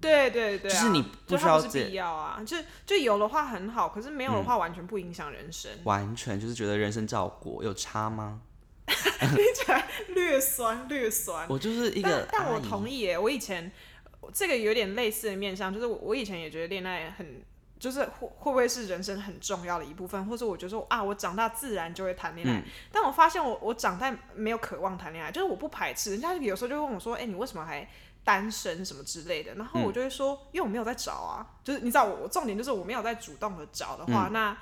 Speaker 1: 对对对、啊，
Speaker 2: 就是你不
Speaker 1: 就
Speaker 2: 需
Speaker 1: 它
Speaker 2: 要嗯
Speaker 1: 不
Speaker 2: 自
Speaker 1: 是
Speaker 2: 己
Speaker 1: 必要啊，就就有的话很好，可是没有的话完全不影响人生，
Speaker 2: 完全就是觉得人生照顾有差吗？
Speaker 1: *laughs* 略酸略酸。
Speaker 2: 我就是一
Speaker 1: 但
Speaker 2: 个
Speaker 1: 但我
Speaker 2: 阿姨
Speaker 1: 同意耶，我以前这个有点类似的面向，就是我我以前也觉得恋爱很，就是会会不会是人生很重要的一部分，或者我觉得说啊，我长大自然就会谈恋爱。
Speaker 2: 嗯
Speaker 1: 但我发现我我长大没有渴望谈恋爱，就是我不排斥，人家有时候就问我说，哎、你为什么还？单身什么之类的，然后我
Speaker 2: 嗯
Speaker 1: 就会说，因为我没有在找啊，就是你知道我，我重点就是我没有在主动的找的
Speaker 2: 嗯
Speaker 1: 话，那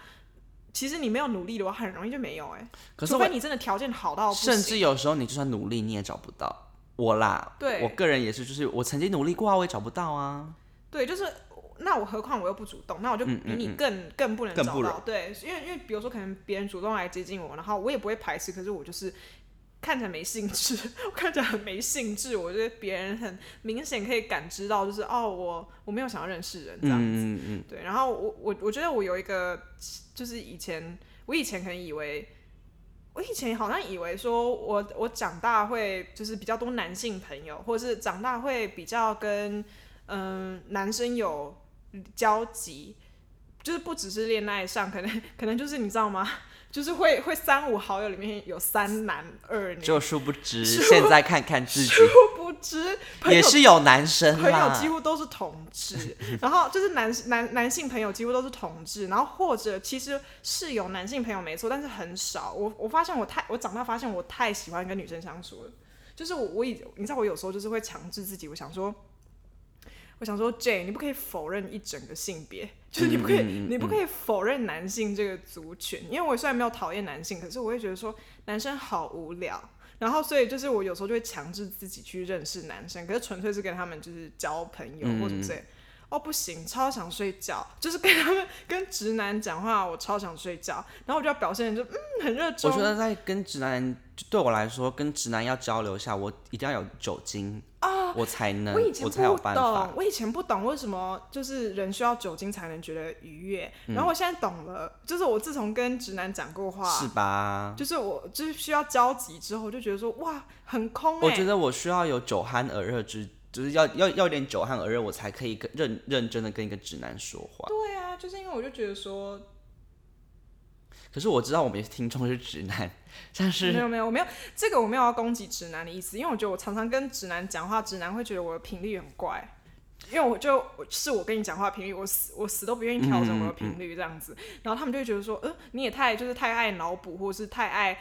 Speaker 1: 其实你没有努力的话，很容易就没有哎、
Speaker 2: 可是
Speaker 1: 除
Speaker 2: 我
Speaker 1: 非你真的条件好到不行
Speaker 2: 甚至有时候你就算努力你也找不到。我啦，
Speaker 1: 对
Speaker 2: 我个人也是，就是我曾经努力过啊，我也找不到啊。
Speaker 1: 对，就是那我何况我又不主动，那我就比你更、更不能
Speaker 2: 嗯更
Speaker 1: 找
Speaker 2: 不
Speaker 1: 到。对，因为因为比如说可能别人主动来接近我，然后我也不会排斥，可是我就是看起来没兴致， *laughs* 我看起来很没兴致。我觉得别人很明显可以感知到，就是哦，我我没有想要认识人这样子。
Speaker 2: 嗯嗯嗯，
Speaker 1: 对，然后我我我觉得我有一个，就是以前我以前可能以为，我以前好像以为说我我长大会就是比较多男性朋友，或者是长大会比较跟嗯、男生有交集，就是不只是恋爱上，可能可能就是你知道吗？ *laughs* 就是会会三五好友里面有三男二女，
Speaker 2: 就殊不知现在看
Speaker 1: *laughs*
Speaker 2: 看自己
Speaker 1: 不知朋友
Speaker 2: 也是有男生
Speaker 1: 朋友
Speaker 2: 啦
Speaker 1: 几，乎都是同
Speaker 2: *laughs*
Speaker 1: 志，然后就是男男男性朋友几乎都是同志，然后或者其实是有男性朋友没错，但是很少。我我发现我太我长大发现我太喜欢跟女生相处了，就是我我以你知道我有时候就是会强制自己，我想说。我想说，J，你不可以否认一整个性别，就是你不可以，
Speaker 2: 嗯嗯嗯
Speaker 1: 你不可以否认男性这个族群。因为我虽然没有讨厌男性，可是我会觉得说男生好无聊，然后所以就是我有时候就会强制自己去认识男生，可是纯粹是跟他们就是交朋友或者这。
Speaker 2: 嗯
Speaker 1: 哦，不行，超想睡觉，就是跟他们跟直男讲话，我超想睡觉，然后我就要表现就嗯很热
Speaker 2: 我
Speaker 1: 衷，
Speaker 2: 觉得在跟直男对我来说，跟直男要交流一下，我一定要有酒精啊，我才能
Speaker 1: 我以前
Speaker 2: 我才有
Speaker 1: 不
Speaker 2: 办
Speaker 1: 懂
Speaker 2: 法，。
Speaker 1: 我以前不懂为什么就是人需要酒精才能觉得愉悦，
Speaker 2: 嗯
Speaker 1: 然后我现在懂了，就是我自从跟直男讲过
Speaker 2: 是
Speaker 1: 话，
Speaker 2: 吧？
Speaker 1: 就是我就是需要交集之后，我就觉得说哇很空哎、
Speaker 2: 我觉得我需要有酒酣耳热之，就是要要要有点酒酣耳热，我才可以跟认认真的跟一个直男说话。
Speaker 1: 对啊，就是因为我就觉得说
Speaker 2: 可是我知道我们有些听众是直男，但
Speaker 1: 没
Speaker 2: 是
Speaker 1: 有没有，我没有这个我没有要攻击直男的意思，因为我觉得我常常跟直男讲话，直男会觉得我的频率很怪，因为我就我是我跟你讲话的频率，我死我死都不愿意调整我的频率这样子，然后他们就会觉得说，呃，你也太就是太爱脑补，或者是太爱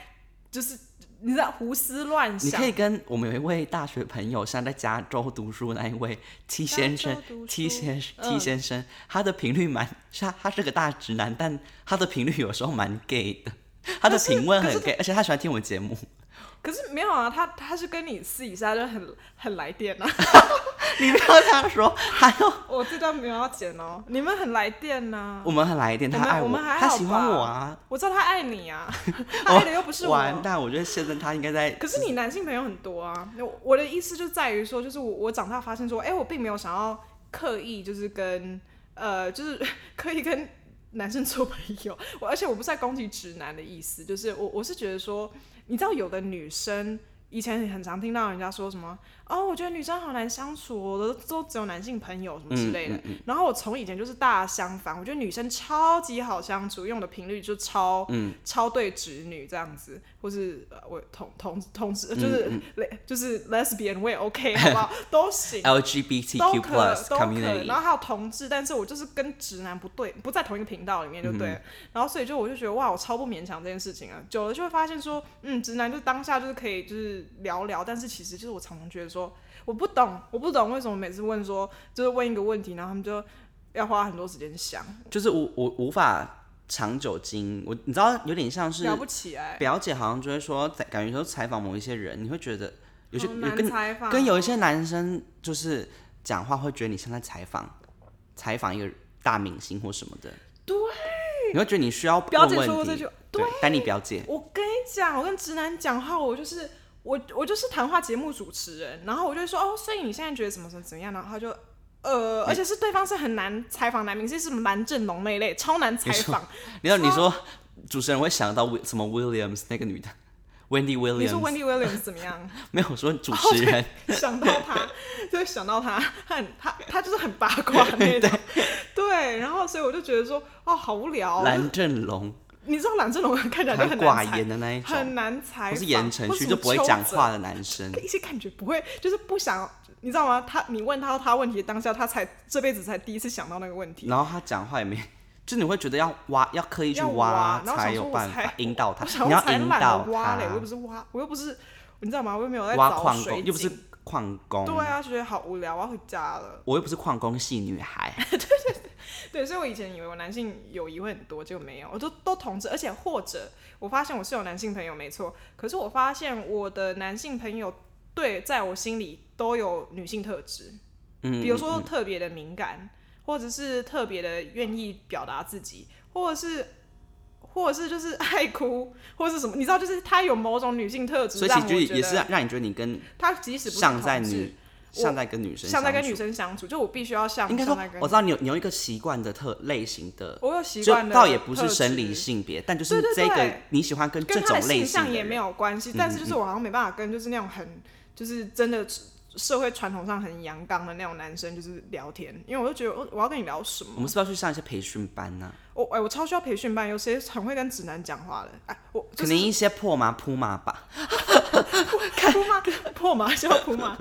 Speaker 1: 就是你知道胡思乱
Speaker 2: 你
Speaker 1: 想
Speaker 2: 可以。跟我们有一位大学朋友，现在在加州读书那一位 T 先
Speaker 1: 加
Speaker 2: 生
Speaker 1: 州读
Speaker 2: ，T
Speaker 1: 书
Speaker 2: 先生、
Speaker 1: 嗯
Speaker 2: T 先生，他的频率蛮，是他他是个大直男，但他的频率有时候蛮 gay 的，他的评论很 gay，而且他喜欢听我们节目。 *laughs*
Speaker 1: 可是没有啊，他他是跟你私底下就很很来电啊， *laughs*
Speaker 2: 你不要这样说，还有
Speaker 1: 我这段没有要剪哦，你们很来电呐、
Speaker 2: 我们很来电，
Speaker 1: 我
Speaker 2: 他
Speaker 1: 们
Speaker 2: 爱
Speaker 1: 我们还好
Speaker 2: 他喜欢
Speaker 1: 吧
Speaker 2: 我啊。
Speaker 1: 我知道他爱你
Speaker 2: *laughs*
Speaker 1: 啊，他爱的又不是我。
Speaker 2: 完蛋，我觉得现在他应该在
Speaker 1: 可是你男性朋友很多啊，我我的意思就在于说，就是我我长大发现说，哎、我并没有想要刻意就是跟呃，就是 *laughs* 刻意跟男生做朋友，我而且我不是在攻击直男的意思，就是我我是觉得说，你知道有的女生。以前很常听到人家说什么哦，我觉得女生好难相处哦，我都都只有男性朋友什么之类的。然后我从以前就是大相反，我觉得女生超级好相处，用的频率就超超对直女这样子，或是呃我同同同志就是、就是 lesbian 我也 OK 好不好？都
Speaker 2: 啊
Speaker 1: 行，都
Speaker 2: LGBTQ
Speaker 1: 可
Speaker 2: plus
Speaker 1: 都可。然
Speaker 2: community，
Speaker 1: 后还有同志，但是我就是跟直男不对，不在同一个频道里面就对了。
Speaker 2: 嗯
Speaker 1: 然后所以就我就觉得哇，我超不勉强这件事情啊。久了就会发现说，嗯，直男就当下就是可以就是聊聊，但是其实就是我常常觉得说，我不懂，我不懂为什么每次问说就是问一个问题，然后他们就要花很多时间想，
Speaker 2: 就是我我无法长久经营，我你知道有点像是
Speaker 1: 聊不起来，
Speaker 2: 表姐好像就会说，在感觉说采访某一些人，你会觉得有些
Speaker 1: 好
Speaker 2: 有
Speaker 1: 难
Speaker 2: 跟
Speaker 1: 哦采访
Speaker 2: 跟有一
Speaker 1: 哦
Speaker 2: 些男生就是讲话会觉得你像在采访采访一个大明星或什么的，
Speaker 1: 对，
Speaker 2: 你会觉得你需要
Speaker 1: 表
Speaker 2: 问
Speaker 1: 姐说过
Speaker 2: 问
Speaker 1: 这
Speaker 2: 题
Speaker 1: 句，，
Speaker 2: 对，丹尼表姐，
Speaker 1: 我跟你讲，我跟直男讲话，我就是我我就是谈话节目主持人，然后我就会说哦，所以你现在觉得怎么怎么怎么样，然后他就。
Speaker 2: 嗯
Speaker 1: 呃，而且是对方是很难采访男明星，是蓝正龙那一类，超难采
Speaker 2: *laughs*
Speaker 1: 访。
Speaker 2: 你说你说主持人会想到 Wi- 什么 Williams 那
Speaker 1: *laughs*
Speaker 2: 个女的，Wendy
Speaker 1: 你说
Speaker 2: Williams，
Speaker 1: Wendy Williams 怎么样？
Speaker 2: 没有我说主持人，
Speaker 1: 想到他，就会想到他，他很他他就是很八卦那
Speaker 2: *laughs*
Speaker 1: 种。对，然后所以我就觉得说，哦，好无聊 *laughs* 哦、
Speaker 2: 蓝正
Speaker 1: *laughs*
Speaker 2: 龙，
Speaker 1: 你知道蓝正龙看起来就
Speaker 2: 很
Speaker 1: 难
Speaker 2: 寡
Speaker 1: 采，
Speaker 2: 言的那一种，
Speaker 1: 很难采访，
Speaker 2: 或是言承
Speaker 1: 或
Speaker 2: 旭
Speaker 1: 什
Speaker 2: 就
Speaker 1: 么
Speaker 2: 不会
Speaker 1: 邱
Speaker 2: 讲
Speaker 1: 泽
Speaker 2: 话的男生，
Speaker 1: 一些感觉不会，就是不想，你知道吗？他你问他他问题的当下，他才这辈子才第一次想到那个问题。
Speaker 2: 然后他讲话也没， *laughs* 就你会觉得要挖，要刻意去
Speaker 1: 要挖然后
Speaker 2: 才
Speaker 1: 想说
Speaker 2: 有
Speaker 1: 我
Speaker 2: 办
Speaker 1: 才
Speaker 2: 法引导他
Speaker 1: 我， *laughs* 想我
Speaker 2: 你要
Speaker 1: 才
Speaker 2: 引
Speaker 1: 懒
Speaker 2: 导
Speaker 1: 得
Speaker 2: 他。
Speaker 1: 挖嘞，我又不是挖，我又不是，你知道吗？我又没有在
Speaker 2: 挖
Speaker 1: 找
Speaker 2: 矿
Speaker 1: 水
Speaker 2: 工，
Speaker 1: 井，
Speaker 2: 又不是矿工，
Speaker 1: 对啊，觉得好无聊，我要回家了。
Speaker 2: 我又不是矿工系女孩，
Speaker 1: 对，所以我以前以为我男性友谊会很多，结果没有，我都都同志，而且或者我发现我是有男性朋友没错，可是我发现我的男性朋友对在我心里都有女性特质。
Speaker 2: 嗯，
Speaker 1: 比如说特别的敏感，或者是特别的愿意表达自己，或者是或者是就是 *laughs* 爱哭，或者是什么，你知道，就是她有某种女性特质，
Speaker 2: 所以
Speaker 1: 让
Speaker 2: 其
Speaker 1: 我
Speaker 2: 实
Speaker 1: 觉
Speaker 2: 也是
Speaker 1: 得
Speaker 2: 让让你觉得你跟
Speaker 1: 她即使不是
Speaker 2: 像在
Speaker 1: 同志
Speaker 2: 女像在跟女生
Speaker 1: 像在跟
Speaker 2: 相
Speaker 1: 女
Speaker 2: 处
Speaker 1: 生相处，就我必须要像
Speaker 2: 应该
Speaker 1: 像
Speaker 2: 说
Speaker 1: 在跟
Speaker 2: 我知道你有你有一个习惯的特类型的
Speaker 1: 我有习
Speaker 2: 就
Speaker 1: 惯的，
Speaker 2: 倒也不是生理。性别，但就
Speaker 1: 对
Speaker 2: 是
Speaker 1: 对
Speaker 2: 这个
Speaker 1: 对
Speaker 2: 你喜欢跟这
Speaker 1: 跟他
Speaker 2: 种
Speaker 1: 的
Speaker 2: 类
Speaker 1: 性
Speaker 2: 型
Speaker 1: 向
Speaker 2: 的
Speaker 1: 也
Speaker 2: 人嗯
Speaker 1: 没有关系，但是就是我好像没办法跟就是那种很就是真的社会传统上很阳刚的那种男生就是聊天，因为我就觉得我我要跟你聊什
Speaker 2: 我
Speaker 1: 么？
Speaker 2: 们是不是要去上一些培训班呢、
Speaker 1: 我哎、我超需要培训班，有谁很会跟直男讲话的？哎，我
Speaker 2: 可
Speaker 1: 就
Speaker 2: 能
Speaker 1: 是
Speaker 2: 一些破麻铺麻吧。
Speaker 1: 扑嘛破 *laughs* 嘛就要扑
Speaker 2: *laughs*
Speaker 1: 嘛，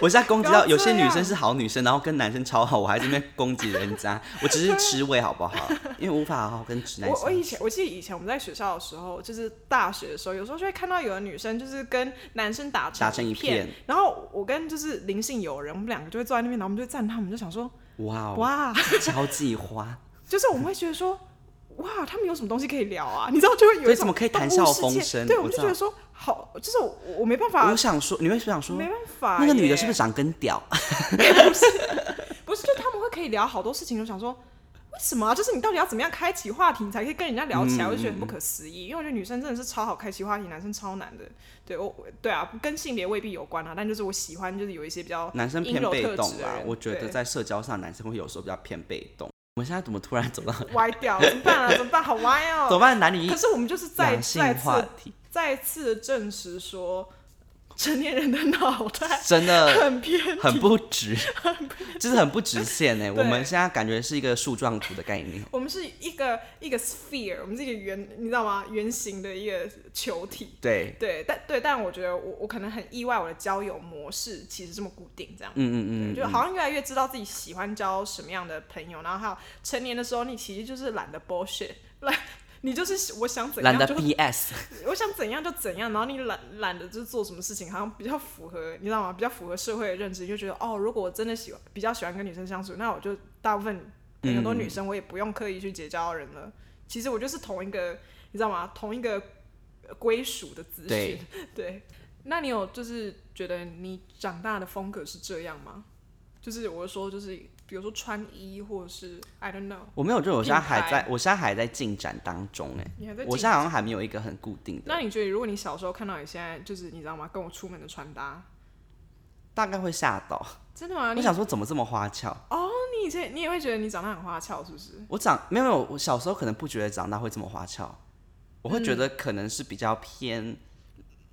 Speaker 2: 我现在攻击
Speaker 1: 不要
Speaker 2: 到有些
Speaker 1: 这
Speaker 2: 女
Speaker 1: 样
Speaker 2: 生是好女生，然后跟男生超好，我还在那边攻击
Speaker 1: *laughs*
Speaker 2: 人家，我只是吃味好不好？因为无法好好跟直男
Speaker 1: 我我
Speaker 2: 相
Speaker 1: 以
Speaker 2: 处
Speaker 1: 前我记得以前我们在学校的时候，就是大学的时候，有时候就会看到有的女生就是跟男生打
Speaker 2: 打成一
Speaker 1: 片，
Speaker 2: 片。
Speaker 1: 然后我跟就是灵性友人，我们两个就会坐在那边，然后我们就赞他们，就想说
Speaker 2: 哇哦，
Speaker 1: 哇，
Speaker 2: 超计花，
Speaker 1: 就是我们会觉得说哇，他们有什么东西可以聊啊？你知道就会有
Speaker 2: 对
Speaker 1: 一种
Speaker 2: 怎么可以谈
Speaker 1: 动物
Speaker 2: 笑
Speaker 1: 世
Speaker 2: 风
Speaker 1: 界
Speaker 2: 生
Speaker 1: 对，
Speaker 2: 我
Speaker 1: 我们就
Speaker 2: 知
Speaker 1: 觉得
Speaker 2: 道
Speaker 1: 说好，就是我我没办法
Speaker 2: 我，想说，你会想说
Speaker 1: 没办法耶，
Speaker 2: 那个女的是不是长根屌？
Speaker 1: *laughs* 不是，就他们会可以聊好多事情，我想说。为什么啊、就是你到底要怎么样开启话题，你才可以跟人家聊起来？我就觉得很不可思议，因为我觉得女生真的是超好开启话题，男生超难的。对我，我对啊，跟性别未必有关啊，但就是我喜欢，就是有一些比较
Speaker 2: 男生偏
Speaker 1: 阴柔
Speaker 2: 被
Speaker 1: 特
Speaker 2: 动
Speaker 1: 质的
Speaker 2: 啦，
Speaker 1: 人
Speaker 2: 我觉得
Speaker 1: 对
Speaker 2: 在社交上，男生会有时候比较偏被动。我们现在怎么突然走到
Speaker 1: 歪掉，怎么办啊？怎么办？好歪哦、
Speaker 2: *laughs* 走到男女
Speaker 1: 可是我们就是再
Speaker 2: 两性
Speaker 1: 再
Speaker 2: 话
Speaker 1: 次
Speaker 2: 题？
Speaker 1: 再次证实说，成年人的脑袋
Speaker 2: 真的
Speaker 1: 很偏。
Speaker 2: 很不
Speaker 1: *laughs*
Speaker 2: 直，就是很不直线呢。
Speaker 1: 对
Speaker 2: 我们现在感觉是一个树状图的概念，
Speaker 1: 我们是一个一个 sphere，我们是一个圆，你知道吗？圆形的一个球体。
Speaker 2: 对，
Speaker 1: 对，但对，但我觉得我我可能很意外，我的交友模式其实这么固定，这样。
Speaker 2: 嗯嗯嗯，
Speaker 1: 就好像越来越知道自己喜欢交什么样的朋友，然后还有成年的时候，你其实就是懒得 bullshit，懒，你就是我想怎
Speaker 2: 懒
Speaker 1: 样
Speaker 2: 得
Speaker 1: 就
Speaker 2: BS，
Speaker 1: 我想怎样就怎样，然后你懒懒得就是做什么事情，好像比较符合你知道吗？比较符合社会的认知，你就觉得哦，如果我真的喜欢比较喜欢跟女生相处，那我就大部分很
Speaker 2: 嗯
Speaker 1: 多女生我也不用刻意去结交人了。其实我就是同一个，你知道吗？同一个呃归属的资讯。 *laughs*
Speaker 2: 对
Speaker 1: 对那你有就是觉得你长大的风格是这样吗？就是我是说就是比如说穿衣或者是 I don't know，
Speaker 2: 我没有，就我现在还
Speaker 1: 品牌
Speaker 2: 在，我现在还在进展当中哎，
Speaker 1: 你还在
Speaker 2: 我
Speaker 1: 进
Speaker 2: 现在好像还没有一个很固定的，
Speaker 1: 那你觉得如果你小时候看到你现在就是你知道吗？跟我出门的穿搭。
Speaker 2: 大概会吓到。
Speaker 1: 真的吗？
Speaker 2: 我
Speaker 1: 你
Speaker 2: 想说怎么这么花俏？
Speaker 1: 你以前你也会觉得你长得很花俏，是不是？
Speaker 2: 我长没有没有，我小时候可能不觉得长大会这么花俏，我会觉得可能是比较偏，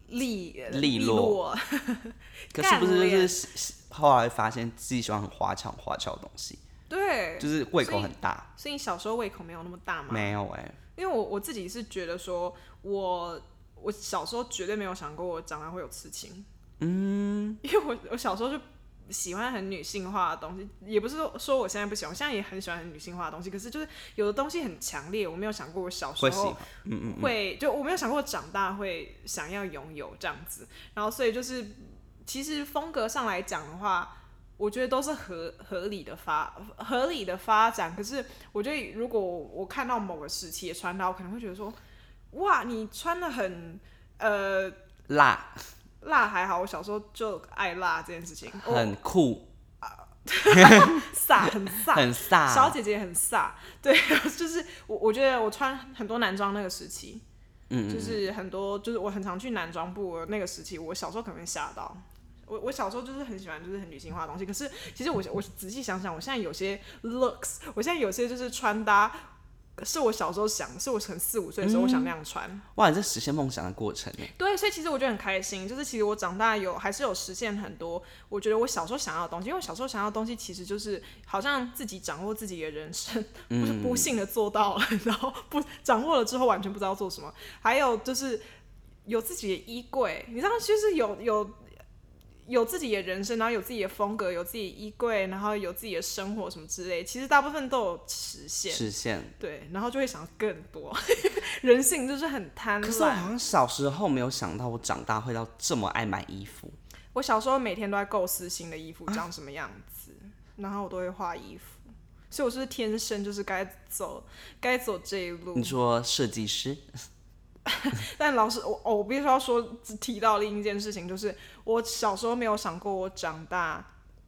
Speaker 1: 利
Speaker 2: 利落
Speaker 1: 落，
Speaker 2: 可是不
Speaker 1: 干
Speaker 2: 是就
Speaker 1: 练
Speaker 2: 是后来发现自己喜欢很花俏、很花俏的东西，
Speaker 1: 对，
Speaker 2: 就是胃口很大。
Speaker 1: 所以你小时候胃口没有那么大嘛？
Speaker 2: 没有哎、
Speaker 1: 因为我我自己是觉得说，我我小时候绝对没有想过我长大会有刺青，嗯， *laughs* 因为我我小时候就喜欢很女性化的东西，也不是说说我现在不喜欢，我现在也很喜欢很女性化的东西，可是就是有的东西很强烈，我没有想过我小时
Speaker 2: 会喜
Speaker 1: 候
Speaker 2: 欢，嗯嗯嗯，
Speaker 1: 会就我没有想过长大会想要拥有这样子，然后所以就是其实风格上来讲的话，我觉得都是合合理的发合理的发展。可是我觉得如果我看到某个时期的穿搭，我可能会觉得说，哇，你穿的很呃
Speaker 2: 辣
Speaker 1: 辣还好，我小时候就爱辣这件事情，我
Speaker 2: 很酷，
Speaker 1: 飒很飒，
Speaker 2: 很飒，
Speaker 1: 小姐姐很飒，对， *laughs* 就是我我觉得我穿很多男装那个时期，嗯就是很多就是我很常去男装部那个时期，我小时候可能会吓到。我我小时候就是很喜欢就是很女性化的东西，可是其实我我仔细想想，我现在有些 looks，我现在有些就是穿搭，是我小时候想，是我可能四五岁的时候我想那样穿，
Speaker 2: 哇，你在实现梦想的过程哎、
Speaker 1: 对，所以其实我觉得很开心，就是其实我长大有还是有实现很多我觉得我小时候想要的东西，因为我小时候想要的东西其实就是好像自己掌握自己的人生，不
Speaker 2: 嗯
Speaker 1: 是不幸的做到了， *laughs* 然后不掌握了之后完全不知道做什么，还有就是有自己的衣柜，你知道，就是有有。有自己的人生，然后有自己的风格，有自己的衣柜，然后有自己的生活什么之类，其实大部分都有实现，
Speaker 2: 实现。
Speaker 1: 对，然后就会想更多， *laughs* 人性就是很贪婪。
Speaker 2: 可是我好像小时候没有想到，我长大会到这么爱买衣服。
Speaker 1: 我小时候每天都在构思新的衣服长什么样子，然后我都会画衣服，所以我是不是天生就是该走该走这一路
Speaker 2: 你。说设计师，
Speaker 1: 但老师，我哦，我必须要说提到另一件事情，就是我小时候没有想过我长大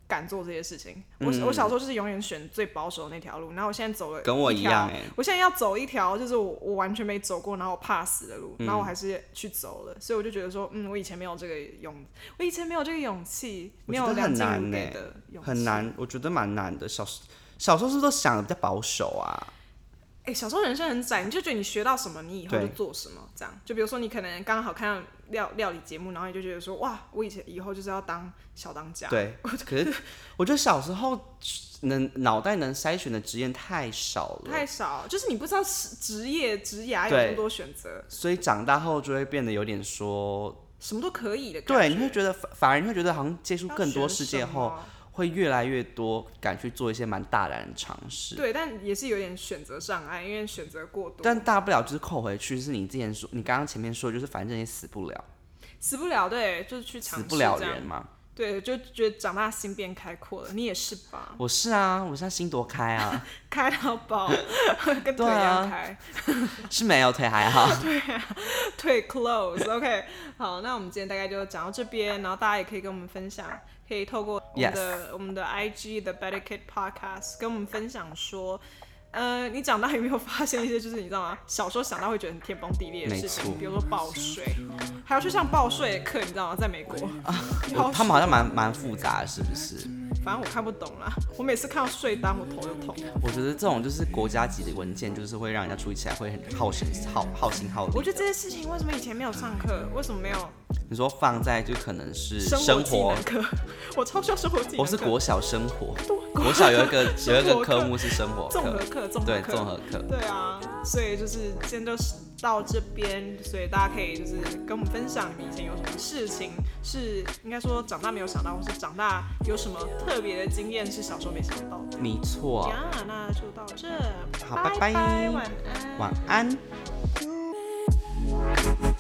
Speaker 1: 敢做这些事情。
Speaker 2: 嗯
Speaker 1: 我、我小时候就是永远选最保守的那条路，然后我现在走了
Speaker 2: 跟我
Speaker 1: 一
Speaker 2: 一样
Speaker 1: 条
Speaker 2: 哎、
Speaker 1: 我现在要走一条就是我我完全没走过，然后我怕死的路，然
Speaker 2: 嗯
Speaker 1: 后我还是去走了，所以我就觉得说，嗯，我以前没有这个勇，我以前没有这个勇气，
Speaker 2: 我
Speaker 1: 没
Speaker 2: 觉
Speaker 1: 有
Speaker 2: 得
Speaker 1: 梁
Speaker 2: 很
Speaker 1: 静茹
Speaker 2: 难
Speaker 1: 给
Speaker 2: 欸
Speaker 1: 的勇气，
Speaker 2: 很。难，我觉得蛮难的。小时小时候是不是都想的比较保守啊？
Speaker 1: 哎、小时候人生很窄，你就觉得你学到什么，你以后就
Speaker 2: 对
Speaker 1: 做什么，这样。就比如说你可能刚好看到料料理节目，然后你就觉得说，哇，我以前以后就是要当小当家。
Speaker 2: 对，
Speaker 1: *laughs*
Speaker 2: 可是我觉得小时候能脑袋能筛选的职业太少了，
Speaker 1: 太少，就是你不知道职职业、职涯有
Speaker 2: 对
Speaker 1: 那么多选择，
Speaker 2: 所以长大后就会变得有点说，
Speaker 1: 什么都可以的感
Speaker 2: 对，
Speaker 1: 觉。
Speaker 2: 你会觉得反反而你会觉得好像接触
Speaker 1: 要
Speaker 2: 更多
Speaker 1: 选
Speaker 2: 世界
Speaker 1: 什
Speaker 2: 后，
Speaker 1: 么，啊
Speaker 2: 会越来越多敢去做一些蛮大胆的尝试。
Speaker 1: 对，但也是有点选择障碍，因为选择过多。
Speaker 2: 但大不了就是扣回去，是你之前说，你刚刚前面说的，就是反正也死不了，
Speaker 1: 死不了，对，就是去尝
Speaker 2: 死
Speaker 1: 试
Speaker 2: 不了
Speaker 1: 这样
Speaker 2: 人嘛。
Speaker 1: 对，就觉得长大心变开阔了，你也是
Speaker 2: *laughs*
Speaker 1: 吧？
Speaker 2: 我是啊，我现在心多开啊，
Speaker 1: 开到
Speaker 2: *laughs*
Speaker 1: 爆，跟腿
Speaker 2: 对
Speaker 1: 一
Speaker 2: 啊
Speaker 1: 样开，
Speaker 2: 是没有腿还
Speaker 1: *laughs*
Speaker 2: 好。
Speaker 1: 腿 close。OK，好， *laughs* 那我们今天大概就讲到这边，然后大家也可以跟我们分享，可以透过我们的我们的 IG 的 Better Kid Podcast 跟我们分享说。呃，你长大有没有发现一些，就是你知道吗？ *laughs* 小时候想到会觉得很天崩地裂的
Speaker 2: 没
Speaker 1: 事情，
Speaker 2: 错
Speaker 1: 比如说报税，还要去上报税的课，你知道吗？在
Speaker 2: *laughs*
Speaker 1: 美国，
Speaker 2: 我他们好像蛮蛮复杂的，是不是？
Speaker 1: 反正我看不懂啦。我每次看到税单，我头就痛。
Speaker 2: 我觉得这种就是国家级的文件，就是会让人家处理起来会很耗神耗耗心耗力。
Speaker 1: 我觉得这些事情为什么以前没有上课？为什么没有
Speaker 2: 你说放在就可能是
Speaker 1: 生活
Speaker 2: 生
Speaker 1: 技
Speaker 2: 活
Speaker 1: 能，课？ *laughs* 我超需要生活技能课。
Speaker 2: 我是国小生活，
Speaker 1: *laughs* 对
Speaker 2: 国小有一个有一
Speaker 1: 生活
Speaker 2: 个
Speaker 1: 课
Speaker 2: 科目是生活
Speaker 1: 综合
Speaker 2: 课，
Speaker 1: 课，综合
Speaker 2: 对
Speaker 1: 课，
Speaker 2: 综合课。
Speaker 1: 对啊，所以就是今天就是到这边，所以大家可以就是跟我们分享你们以前有什么事情是应该说长大没有想到，或是长大有什么特别的经验是小时候没想到的。
Speaker 2: 没错，
Speaker 1: 呀，那就到这，
Speaker 2: 好
Speaker 1: 拜
Speaker 2: 拜拜
Speaker 1: 晚安，
Speaker 2: 晚安。
Speaker 3: Thank